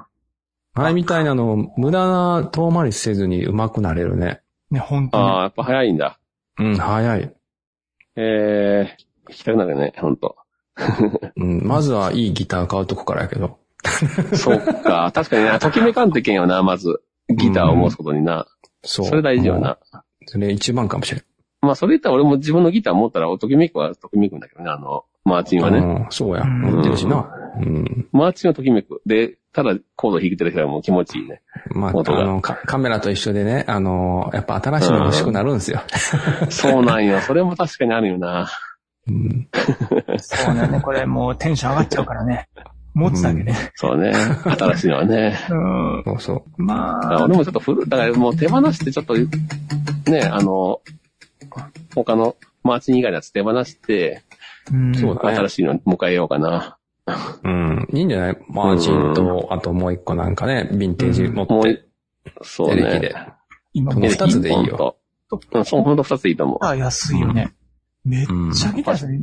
あれみたいなの、無駄な遠回りせずに上手くなれるね。
ね、本当
ああ、
に。
やっぱ早いんだ。
うん、早い。
ええ弾きたくなるね、ほんと。
うん、まずはいいギター買うとこからやけど。
そうか。確かにな、ときめかんといけんよな、まず。ギターを持つことにな。
そう。
それ大事よ
も
な
う。。それ一番かもしれ
まあ、それ言ったら俺も自分のギター持ったら、ときめくはときめくんだけどね、あの、マーチンは
ん。
ね。
うん、そうや。
うん
持ってるしな。うん。
マーチンはときめく。で、ただコード弾いてる人はもう気持ちいいね。
まあ、
音が
あの、カカメラと一緒でね、あの、やっぱ新しいの欲しくなるんですよ。
そうなんよ。それも確かにあるよな。
うん。
そうだね。これもうテンション上がっちゃうからね。持つだけで。
そうね。新しいのはね。
うん。
そうそ
ま [laughs] あ、
俺もちょっと古、だからもう手放してちょっと、ね、あの、他のマーチン以外のやつ手放して、
うん
そうだね
新しいのに迎えようかな。
う。うん。いいんじゃないマーチンと、あともう一個なんかね、ヴィンテージ持って。
もう、そう
エレキ
ね
で。。
今
もう二つでいいよ
ほんと。うん、そう、ほんと二つでいいと思う。
あ、安いよね。めっちゃ
うん
ギターですね。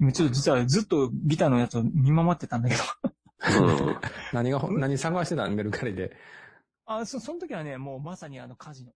今ちょっと実はずっとギターのやつを見守ってたんだけど。
うん。
何が、何探してたんメルカリで。
あ、そ、その時はね、もうまさにあのカジノ。